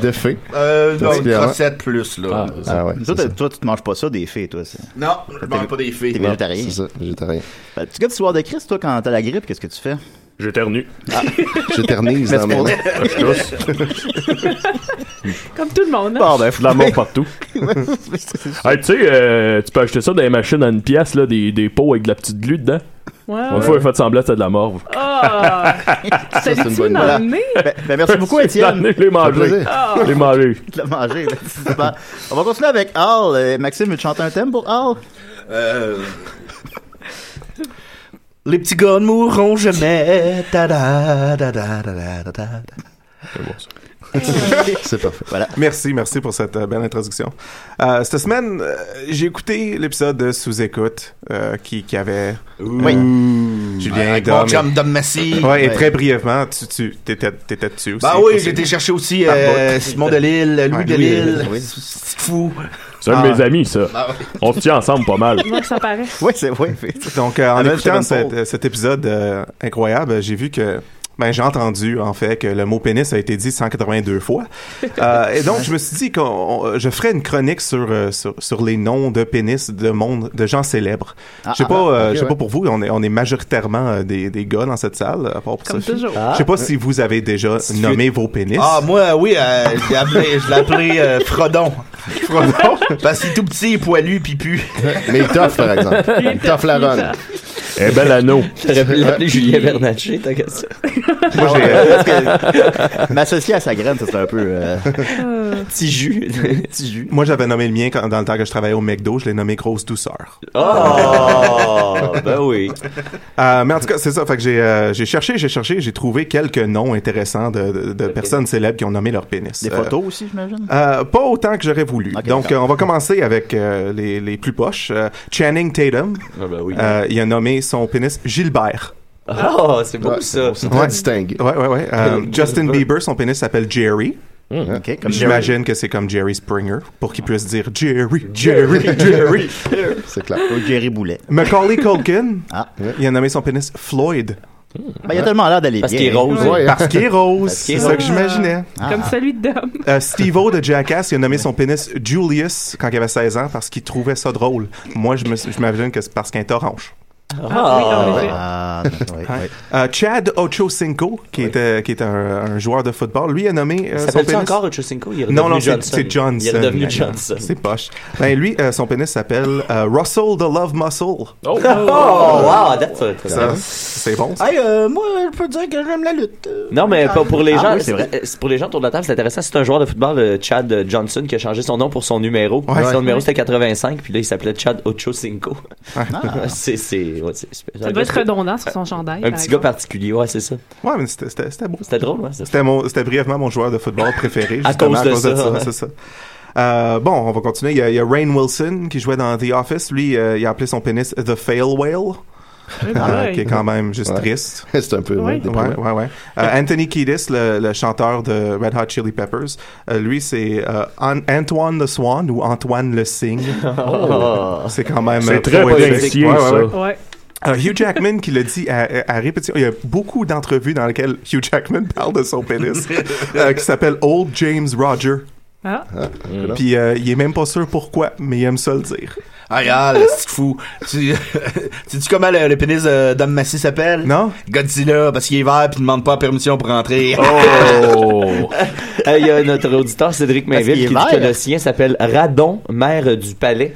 S9: De fée.
S10: Ah
S8: Euh, non, une
S5: Particulièrement.
S8: crossette plus, là.
S9: Ah ouais,
S5: Nous
S9: c'est
S5: autres, toi, tu te manges pas ça des fées, toi. ça.
S8: Non, je mange pas des fées.
S5: T'es végétarien.
S9: C'est ça, végétarien.
S5: Ben, tu gars, tu soir de Christ, toi, quand t'as la grippe, qu'est-ce que tu fais?
S11: J'éternue.
S9: J'éternise
S5: Mais
S9: dans
S5: c'est
S9: mes
S5: pour-
S9: mains.
S6: Comme tout le monde. hein.
S11: Bon, ben, faut de l'amour partout. Hey, tu sais, euh, tu peux acheter ça dans les machines à une pièce, là, des, des pots avec de la petite glu dedans.
S6: Ouais,
S11: Une
S5: Euh,
S6: ouais.
S11: fois, il fait semblant que c'était de la morve.
S6: Ah!
S5: c'est
S6: Salut-tu
S5: une bonne
S6: dans
S5: blague.
S6: le nez?
S5: Ben, merci beaucoup,
S11: C'est
S5: Étienne.
S11: l'année, Je l'ai mangé.
S6: Ah.
S11: Je l'ai mangé.
S5: Tu l'as mangé, là, ben, c'est super. On va continuer avec Al. Euh, Maxime, veux-tu chanter un thème pour Al?
S8: Euh, Les petits gars ne mourront jamais. Ta da da da da da da da.
S9: C'est parfait.
S10: Merci, merci pour cette euh, belle introduction. Euh, cette semaine, euh, j'ai écouté l'épisode de Sous-Écoute euh, qui, qui avait.
S8: Oui.
S10: Julien
S8: Avec
S10: Dom
S8: mon chum
S10: et-
S8: Dom Massy.
S10: Ouais, et
S8: Ouais.
S10: très brièvement, tu, tu t'étais, t'étais dessus aussi.
S8: Bah oui, j'ai été chercher aussi euh, Simon Delille, Louis Delille. C'est fou.
S11: C'est un de mes amis, ça.
S8: Ah
S11: On se tient ensemble pas mal.
S6: Moi, ça paraît.
S5: Oui, c'est vrai.
S10: Donc, euh, en
S11: Amel
S10: écoutant
S11: Sevenfold.
S10: cet, cet épisode euh, incroyable, j'ai vu que Ben, j'ai entendu, en fait, que le mot pénis a été dit 182 fois. Euh, et donc, je me suis dit que je ferais une chronique sur, euh, sur, sur les noms de pénis de monde, de gens célèbres.
S9: Ah,
S10: je sais
S9: ah,
S10: pas, euh,
S9: ok,
S10: je sais pas
S9: ouais.
S10: pour vous, on est, on est majoritairement euh, des, des gars dans cette salle, à part pour
S8: Comme
S10: Sophie.
S8: toujours.
S10: Je sais pas
S8: Ah.
S10: si vous avez déjà nommé vos pénis.
S8: Ah, moi, euh, oui, euh, je l'ai appelé, je l'ai appelé, euh, Frodon. Frodon? Parce qu'il est tout petit, poilu, puis pu.
S9: Mais il t'offre, par exemple. Il t'offre la ronde.
S11: Eh ben l'anneau.
S7: J'aurais pu l'appeler Julien Bernatchez, t'as qu'à ça.
S9: ben
S5: Moi, j'ai. euh, parce que M'associer à sa graine, ça, c'est un peu. euh,
S7: Petit jus. Petit jus.
S10: Moi, j'avais nommé le mien quand- dans le temps que je travaillais au McDo, je l'ai nommé Grosse Douceur.
S7: Oh, Ah! ben oui.
S10: Euh, mais en tout cas, c'est ça. Fait que j'ai, euh, j'ai cherché, j'ai cherché, j'ai trouvé quelques noms intéressants de, de- de personnes célèbres qui ont nommé leur pénis.
S5: Des
S10: Euh,
S5: photos aussi, j'imagine.
S10: Euh, pas autant que j'aurais voulu. Donc,
S5: d'accord.
S10: euh, on va commencer avec euh, les, les plus poches. Euh, Channing Tatum,
S7: Ah, ben
S10: euh, il a nommé son pénis Gilbert.
S7: Oh, c'est beau ça.
S10: Ouais. Ouais, ouais, ouais. Euh, Justin Bieber, son pénis s'appelle Jerry.
S5: Ok, comme
S10: J'imagine que c'est comme Jerry Springer pour qu'il puisse dire Jerry, Jerry, Jerry.
S9: C'est clair.
S5: Ou Jerry Boulet.
S10: Macaulay Culkin,
S5: Ah.
S10: il a nommé son pénis Floyd.
S5: Ben, il a tellement l'air d'aller bien.
S7: Parce qu'il est rose.
S9: Ouais.
S10: Parce qu'il est rose,
S7: Parce qu'il est
S10: c'est ça que j'imaginais.
S6: Comme celui de Dom.
S10: Euh, Steve-O de Jackass, il a nommé son pénis Julius quand il avait 16 ans parce qu'il trouvait ça drôle. Moi, je me- je m'imagine que c'est parce qu'il est orange.
S6: Ah, oui, en effet.
S5: Ah, oui, oui.
S10: Euh, Chad Ochocinco, qui était, qui est un, un joueur de football, lui a nommé euh,
S7: Il
S10: son
S7: S'appelle-tu
S10: pénis.
S7: encore Ochocinco? Il est
S10: non, non,
S7: redevenu
S10: c'est
S7: Johnson.
S10: c'est Johnson.
S7: Il est redevenu
S10: Mais,
S7: Johnson.
S10: C'est poche. Ben, lui, euh, son pénis s'appelle euh, Russell the Love Muscle.
S11: Oh,
S7: Oh, wow, that's a-
S10: Ça, C'est bon, ça.
S8: Hey, euh, moi, je peux dire que j'aime la lutte.
S7: Non, mais pas pour les
S5: Ah
S7: gens. euh,
S5: oui, c'est vrai.
S7: c'est- Pour les gens autour de la table, c'est intéressant. C'est un joueur de football, euh, Chad euh, Johnson, qui a changé son nom pour son numéro.
S10: Ouais.
S7: son
S10: Ouais.
S7: numéro, c'était 85, puis là, il s'appelait Chad Ochocinco.
S5: Ah.
S7: c'est, c'est, ouais, c'est- c'est-
S6: Ça doit être redondant sur son chandail.
S7: Un
S6: par
S7: petit gars
S6: exemple.
S7: particulier, ouais, c'est ça.
S10: Ouais, mais c'était- c'était c'était beau.
S7: C'était drôle, ouais. c'est ça.
S10: C'était mon- c'était brièvement mon joueur de football préféré.
S7: À
S10: justement,
S7: cause de ça, ouais.
S10: c'est ça. Euh, bon, on va continuer. Il y, a, il y a Rainn Wilson qui jouait dans The Office. Lui, euh, il a appelé son pénis The Fail Whale,
S6: Eh ben,
S10: euh,
S6: ouais.
S10: qui est quand même juste
S9: Ouais.
S10: triste.
S9: C'est un peu.
S6: Ouais.
S9: ouais, déprimant.
S10: Ouais, ouais, ouais. Euh, Anthony Kiedis, le, le chanteur de Red Hot Chili Peppers, euh, lui, c'est euh, An- Antoine le Swan ou Antoine le Cygne. C'est quand même...
S11: C'est
S10: euh,
S11: très
S10: poétique.
S11: policier,
S10: Ouais, ouais,
S11: ça.
S10: ouais.
S6: Ouais.
S10: Euh, Hugh Jackman qui le dit à, à- à répétition. Il y a beaucoup d'entrevues dans lesquelles Hugh Jackman parle de son pénis, euh, qui s'appelle Old James Roger.
S6: Ah.
S9: Ah, cool.
S10: Puis euh, il est même pas sûr pourquoi, mais il aime ça le dire.
S8: Aïe, ah, le petit fou. Tu sais-tu comment le, le pénis euh, d'Homme Massy s'appelle?
S10: Non?
S8: Godzilla, parce qu'il est vert puis il demande pas la permission pour rentrer.
S11: Oh!
S7: Euh, Il y a notre auditeur, Cédric
S5: qu'il
S7: Mainville,
S5: est
S7: qui dit que
S5: vert. hein?
S7: le sien s'appelle Radon, maire du palais.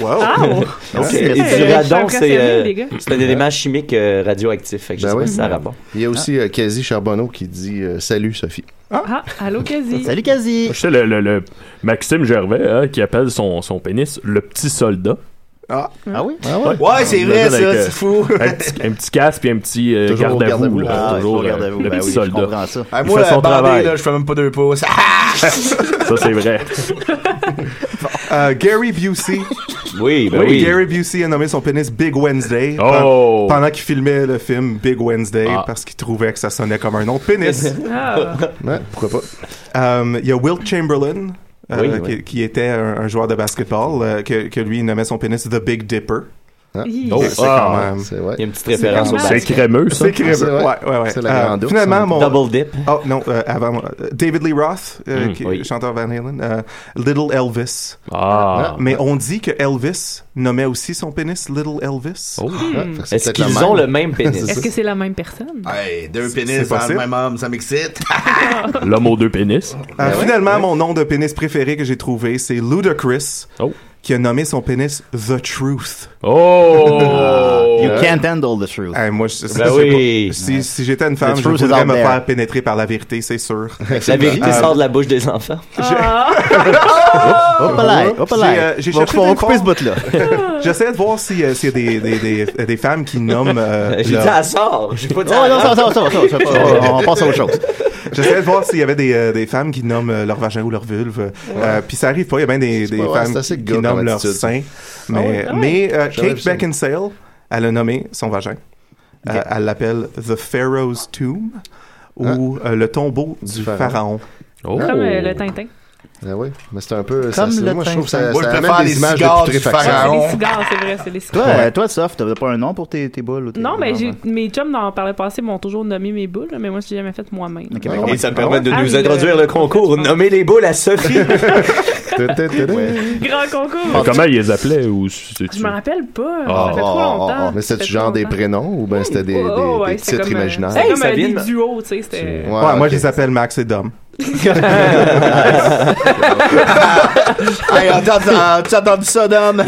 S10: Wow!
S6: Ah, oh.
S7: Donc,
S5: Merci.
S7: euh, Et
S6: Euh,
S7: du
S6: je
S7: radon,
S6: suis
S7: c'est euh,
S6: impressionnée, les gars.
S7: c'est un élément chimique euh, radioactif. Fait que je
S9: Ben
S7: sais
S9: oui.
S7: pas si ça a rapport.
S9: Il y a aussi euh, Casey Charbonneau qui dit euh, Salut Sophie.
S6: Ah, allô, quasi.
S5: Salut, Kazi.
S11: Je sais, le, le- le Maxime Gervais, hein, qui appelle son, son pénis le petit soldat.
S5: Ah oui?
S9: Ah ouais?
S8: Ouais, c'est vrai,
S11: Imagine
S8: ça,
S11: avec, euh,
S8: c'est fou.
S11: Un petit, un petit casque puis un petit euh,
S9: Toujours au
S11: garde-à-vous.
S9: garde-à-vous,
S11: là.
S9: là.
S5: Ah,
S11: Toujours,
S5: toujours,
S11: euh,
S5: regardez-vous.
S11: le
S5: Ben
S11: petit
S5: oui, je
S11: soldat.
S5: comprends ça.
S8: Ah,
S11: il
S8: moi,
S11: fait son
S8: la bandée,
S11: travail.
S8: là, je fais même pas deux pouces. Ah!
S11: Ça, c'est vrai.
S10: Euh, Gary Busey.
S7: Oui, ben
S10: Oui,
S7: oui.
S10: Gary Busey a nommé son pénis Big Wednesday
S11: Oh!
S10: pen- pendant qu'il filmait le film Big Wednesday
S11: Ah.
S10: parce qu'il trouvait que ça sonnait comme un nom de pénis.
S6: Ah.
S9: Ouais, pourquoi pas?
S10: Euh, Il y a Wilt Chamberlain. euh,
S7: Oui,
S10: qui, qui était un, un joueur de basketball, euh, que, que lui il nommait son pénis The Big Dipper.
S9: Ah.
S6: Hi.
S11: Oh,
S10: C'est quand
S11: ah.
S10: même-
S9: C'est vrai. Ah,
S7: Il y a une petite référence au
S6: vraiment-
S11: C'est
S7: basket.
S11: crémeux, ça.
S10: C'est crémeux.
S9: C'est vrai.
S10: Ouais, ouais, ouais.
S9: C'est la grande ours, hein.
S10: finalement,
S9: en
S10: mon.
S7: Double dip.
S10: Oh, non, euh, avant. moi, euh, David Lee Roth, euh,
S5: Hmm,
S11: Mm,
S10: qui-
S7: oui.
S10: chanteur Van Halen. euh, Little Elvis.
S11: Ah!
S10: Mais on dit que Elvis nommait aussi son pénis Little Elvis. Euh,
S9: Ouais,
S11: Oh.
S9: fait que c'est
S7: Est-ce
S9: peut-être la
S7: qu'ils
S9: même.
S7: ont le même pénis?
S6: Est-ce que c'est la même personne?
S8: Hey, deux
S10: c'est
S8: pénis dans le
S10: possible.
S8: même homme, ça m'excite.
S11: L'homme aux deux pénis.
S5: ben
S10: Euh, finalement, mon nom de pénis préféré que j'ai trouvé, c'est Ludacris,
S11: Oh.
S10: qui a nommé son pénis The Truth.
S11: Oh!
S5: You can't handle the truth.
S10: Eh, moi, je-
S7: Ben
S10: je-
S7: oui.
S10: si, si j'étais une femme,
S5: The
S10: je
S5: truth is
S10: voudrais
S5: out
S10: me
S5: there.
S10: faire pénétrer par la vérité, c'est sûr.
S7: La vérité sort de la bouche des enfants.
S5: Hop là, hop
S10: Ah, J'ai,
S5: là.
S10: euh, j'ai
S5: Faut-
S10: cherché
S5: faut-
S10: des
S5: faut couper
S10: fonds.
S5: ce bout-là.
S10: J'essaie de voir si, euh, s'il y a des, des, des, des femmes qui nomment... euh,
S7: J'ai dit,
S10: leur-
S7: elle sort. J'ai pas dit,
S5: Oh
S7: elle
S5: non, ça va,
S7: rentre.
S5: ça va, ça va, ça va, ça va. On passe à autre chose.
S10: J'essaie de voir s'il y avait des, euh, des femmes qui nomment euh, leur vagin ou leur vulve. Euh, Puis ça arrive pas. Il y a bien des, des
S9: pas vrai,
S10: femmes
S9: c'est assez
S10: qui,
S9: gars
S10: qui nomment
S9: comme
S10: leur
S9: attitude.
S10: sein. Mais,
S9: ouais?
S6: Ah
S10: mais euh,
S9: J'aurais
S10: Kate
S9: vu ça.
S10: Beckinsale, elle a nommé son vagin. Euh, elle l'appelle The Pharaoh's Tomb ou euh, le tombeau du,
S9: Ah. Du
S10: pharaon.
S11: Oh.
S6: Comme euh, le Tintin.
S9: Ah oui, mais c'est un peu. ça-
S5: Comme
S9: c'est-
S5: le
S9: moi, je trouve que ça,
S5: Tintin. Moi, je
S9: ça
S5: préfère
S9: amène des
S5: les
S9: images
S5: cigares
S9: de
S5: du
S9: putréfaction.
S5: pharaon.
S6: Les cigares, c'est vrai, c'est les
S5: Toi,
S6: cigares.
S5: euh, toi, Soph, t'as pas un nom pour tes, tes boules? ou tes-
S6: Non, mais
S5: tes
S6: j'ai-
S5: enfants?
S6: mes chums dans, par le passé m'ont toujours nommé mes boules, mais moi, je l'ai jamais fait moi-même.
S5: Ok, ben,
S7: Et ça me
S5: Ah ouais?
S7: permet de
S6: Ah,
S7: nous
S6: oui,
S7: introduire le concours. Nommez les boules à Sophie.
S6: Grand
S11: Mais
S6: concours!
S11: Comment ils les appelaient ou c'est-
S6: Je me rappelle pas. hein.
S9: Ah,
S6: ça fait
S9: ah,
S6: trop
S9: ah,
S6: longtemps.
S9: ah, Mais
S6: Ça
S9: c'était
S6: fait
S9: genre
S6: trop
S9: des
S6: longtemps.
S9: prénoms ou ben c'était des, des,
S6: Oh, ouais,
S9: des
S6: c'était
S9: titres
S6: comme, euh,
S9: imaginaires?
S6: c'était comme
S10: ça
S6: euh, des
S10: vient de-
S6: duos, tu sais. c'était-
S10: Ouais, moi, je les appelle Max et Dom.
S8: Hey, as-tu entendu- as-tu euh, entendu ça, Dom?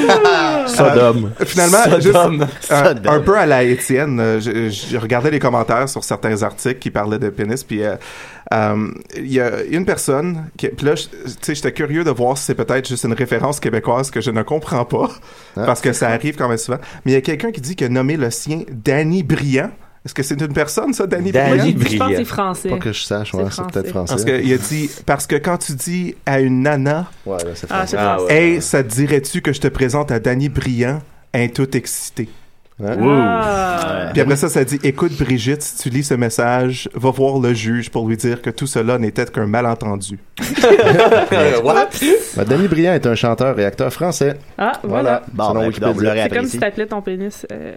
S11: Sodome.
S10: Euh, Finalement,
S7: Sodome.
S10: juste, euh, un peu à la Étienne, euh, je, je regardais les commentaires sur certains articles qui parlaient de pénis, puis euh, euh, il y a une personne, qui, puis là, je- tu sais, j'étais curieux de voir si c'est peut-être juste une référence québécoise que je ne comprends pas,
S7: Ah.
S10: parce que ça arrive quand même souvent, mais il y a quelqu'un qui dit qu'il a nommé le sien Danny Briand. Est-ce que c'est une personne, ça, Danny Briand?
S7: Danny
S6: Je pense que
S7: Briand.
S6: c'est français.
S9: Pas que je sache, ouais,
S6: C'est
S9: c'est peut-être français.
S10: Parce que, il a dit, parce que quand tu dis à une nana,
S9: Ouais, là, c'est
S6: Ah, c'est
S9: français.
S7: Ah,
S6: français.
S7: ouais.
S10: hey, ça te dirait-tu que je te présente à Danny Briand, un tout excité?
S6: Ah.
S10: Puis après ça, ça dit Écoute, Brigitte, si tu lis ce message, va voir le juge pour lui dire que tout cela n'était qu'un malentendu.
S5: Bah,
S9: Ben, Denis Briand est un chanteur et acteur français.
S6: Ah, voilà.
S9: Voilà.
S5: Bon,
S9: Selon
S5: ben,
S9: Wikipédia.
S5: vous l'aurez
S6: C'est comme
S5: apprécié.
S6: si t'appelais ton pénis. euh,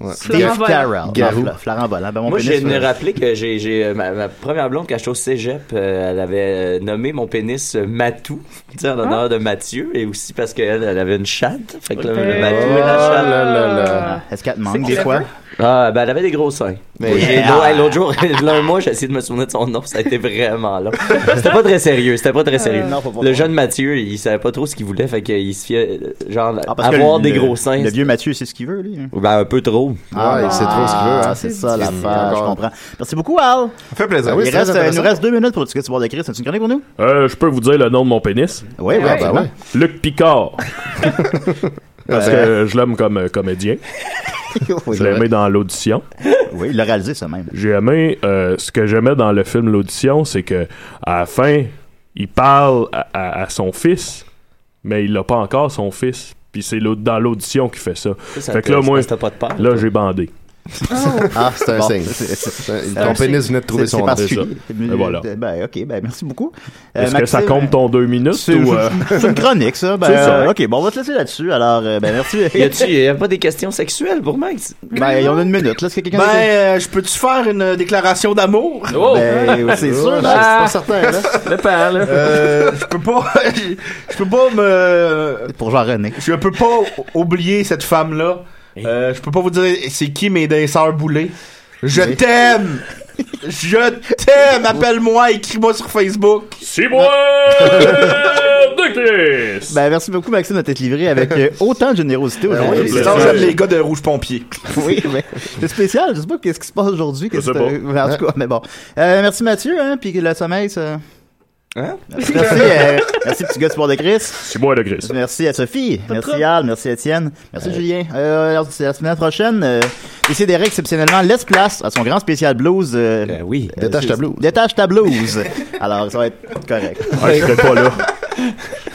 S9: Ouais.
S5: Dave
S6: Florent Volant.
S5: Carroll. Non,
S9: Garou.
S5: Fla- Florent Volant. Ben, mon
S7: Moi,
S5: pénis,
S7: j'ai me
S5: euh,
S7: rappelé que j'ai, j'ai, euh, ma, ma première blonde, quand j'étais au cégep, euh, elle avait euh, nommé mon pénis euh, Matou, tu
S5: Ah.
S7: sais, en l'honneur de Mathieu, et aussi parce qu'elle elle avait une chatte. Fait que là, le
S6: Eh.
S7: Matou et la chatte.
S5: Est-ce qu'elle te manque
S6: C'est
S5: des fois?
S7: Ah, ben, elle avait des gros seins. Mais j'ai-
S5: Yeah.
S7: l'autre- hey, l'autre jour, l'un mois, j'ai essayé de me souvenir de son nom, ça a été vraiment long. C'était pas très sérieux, c'était pas très sérieux.
S5: Euh, non, faut pas
S7: le
S5: voir.
S7: jeune Mathieu, il savait pas trop ce qu'il voulait, fait qu'il se fiait, euh, genre,
S5: Ah, parce que
S7: avoir
S5: le-
S7: des gros seins.
S5: Le vieux Mathieu, c'est ce qu'il veut, lui. hein.
S7: Ben, un peu trop.
S9: Ouais, il sait trop ce qu'il veut. hein.
S5: Ah, c'est ça, la
S9: difficile.
S5: fin. Je
S9: Encore.
S5: comprends. Merci beaucoup, Al.
S10: Ça fait plaisir.
S9: Ah oui,
S5: il
S9: c'est
S5: reste,
S9: très
S5: euh, il nous
S9: intéressant.
S5: reste deux minutes pour le discuter de Christ. As-tu une chronique pour nous?
S11: Euh, je peux vous dire le nom de mon pénis.
S5: Oui,
S9: Ah, ben ouais.
S11: Luc Picard. Parce que je l'aime comme euh, comédien.
S5: oui.
S11: Je l'ai aimé dans l'audition.
S5: Oui, il l'a réalisé, ça même.
S11: J'ai aimé euh, ce que j'aimais dans le film L'audition, c'est que à la fin, il parle à, à- à son fils, mais il l'a pas encore son fils. Puis c'est l'au- dans l'audition qu'il fait ça.
S7: Ça
S11: Fait que
S7: te-
S11: là, moi-
S7: ça t'a pas de peur.
S11: Là, j'ai bandé.
S9: Ah, c'est un
S5: Bon,
S9: signe.
S5: c'est- c'est-
S9: C'est-
S5: Ah, c'est un
S9: Ton pénis venait de trouver
S5: C'est- c'est
S9: son nom.
S5: particulier.
S11: Et voilà.
S5: Ben, ok, ben, merci beaucoup. Euh,
S11: Est-ce que ça
S5: Maxime,
S11: compte ton deux minutes
S5: C'est
S11: ou euh,
S5: c'est une chronique, ça. Ben,
S11: C'est ça.
S5: euh, ok, bon, on va te laisser là-dessus. Alors, euh, ben, merci.
S7: Y a-tu y a pas des questions sexuelles pour Max?
S5: ben, on a une minute. Là, est-ce que quelqu'un.
S8: Ben, euh, je peux-tu faire une euh, déclaration d'amour?
S4: Oh!
S11: hein?
S5: Ben, c'est sûr,
S9: C'est
S5: là.
S9: pas certain, là.
S4: Le pan, là.
S8: Euh, je peux pas. Je peux pas me.
S5: Pour Jean-René.
S8: Je peux pas oublier cette femme-là. Euh, je peux pas vous dire c'est qui mes danseurs boulés. Je t'aime! Je t'aime! Appelle-moi, écris-moi sur Facebook.
S11: C'est moi de Chris!
S5: Ben, merci beaucoup, Maxime, de t'être livré avec euh, autant de générosité
S11: Ben oui,
S5: aujourd'hui.
S11: c'est
S5: C'est-
S8: Sinon,
S11: ça.
S8: j'aime les gars de Rouge Pompier.
S5: Oui, mais c'est spécial. Je sais pas qu'est-ce qui se passe aujourd'hui. qu'est-ce
S11: sais
S5: que- ben, En tout cas, mais bon. Euh, merci Mathieu, hein, puis le sommeil, ça.
S7: Hein?
S5: Merci, euh, merci petit gars du sport de Chris.
S11: C'est moi de Chris.
S5: Merci à Sophie, merci
S6: trouble.
S5: Al, merci Étienne, merci Julien. Euh, alors, c'est la semaine prochaine. Euh, Décidéré exceptionnellement laisse place à son grand spécial blues. euh,
S7: Ben oui.
S5: euh,
S9: Détache ta blouse.
S5: Détache ta blouse. Alors, ça va être correct.
S11: Ah, je serais pas là.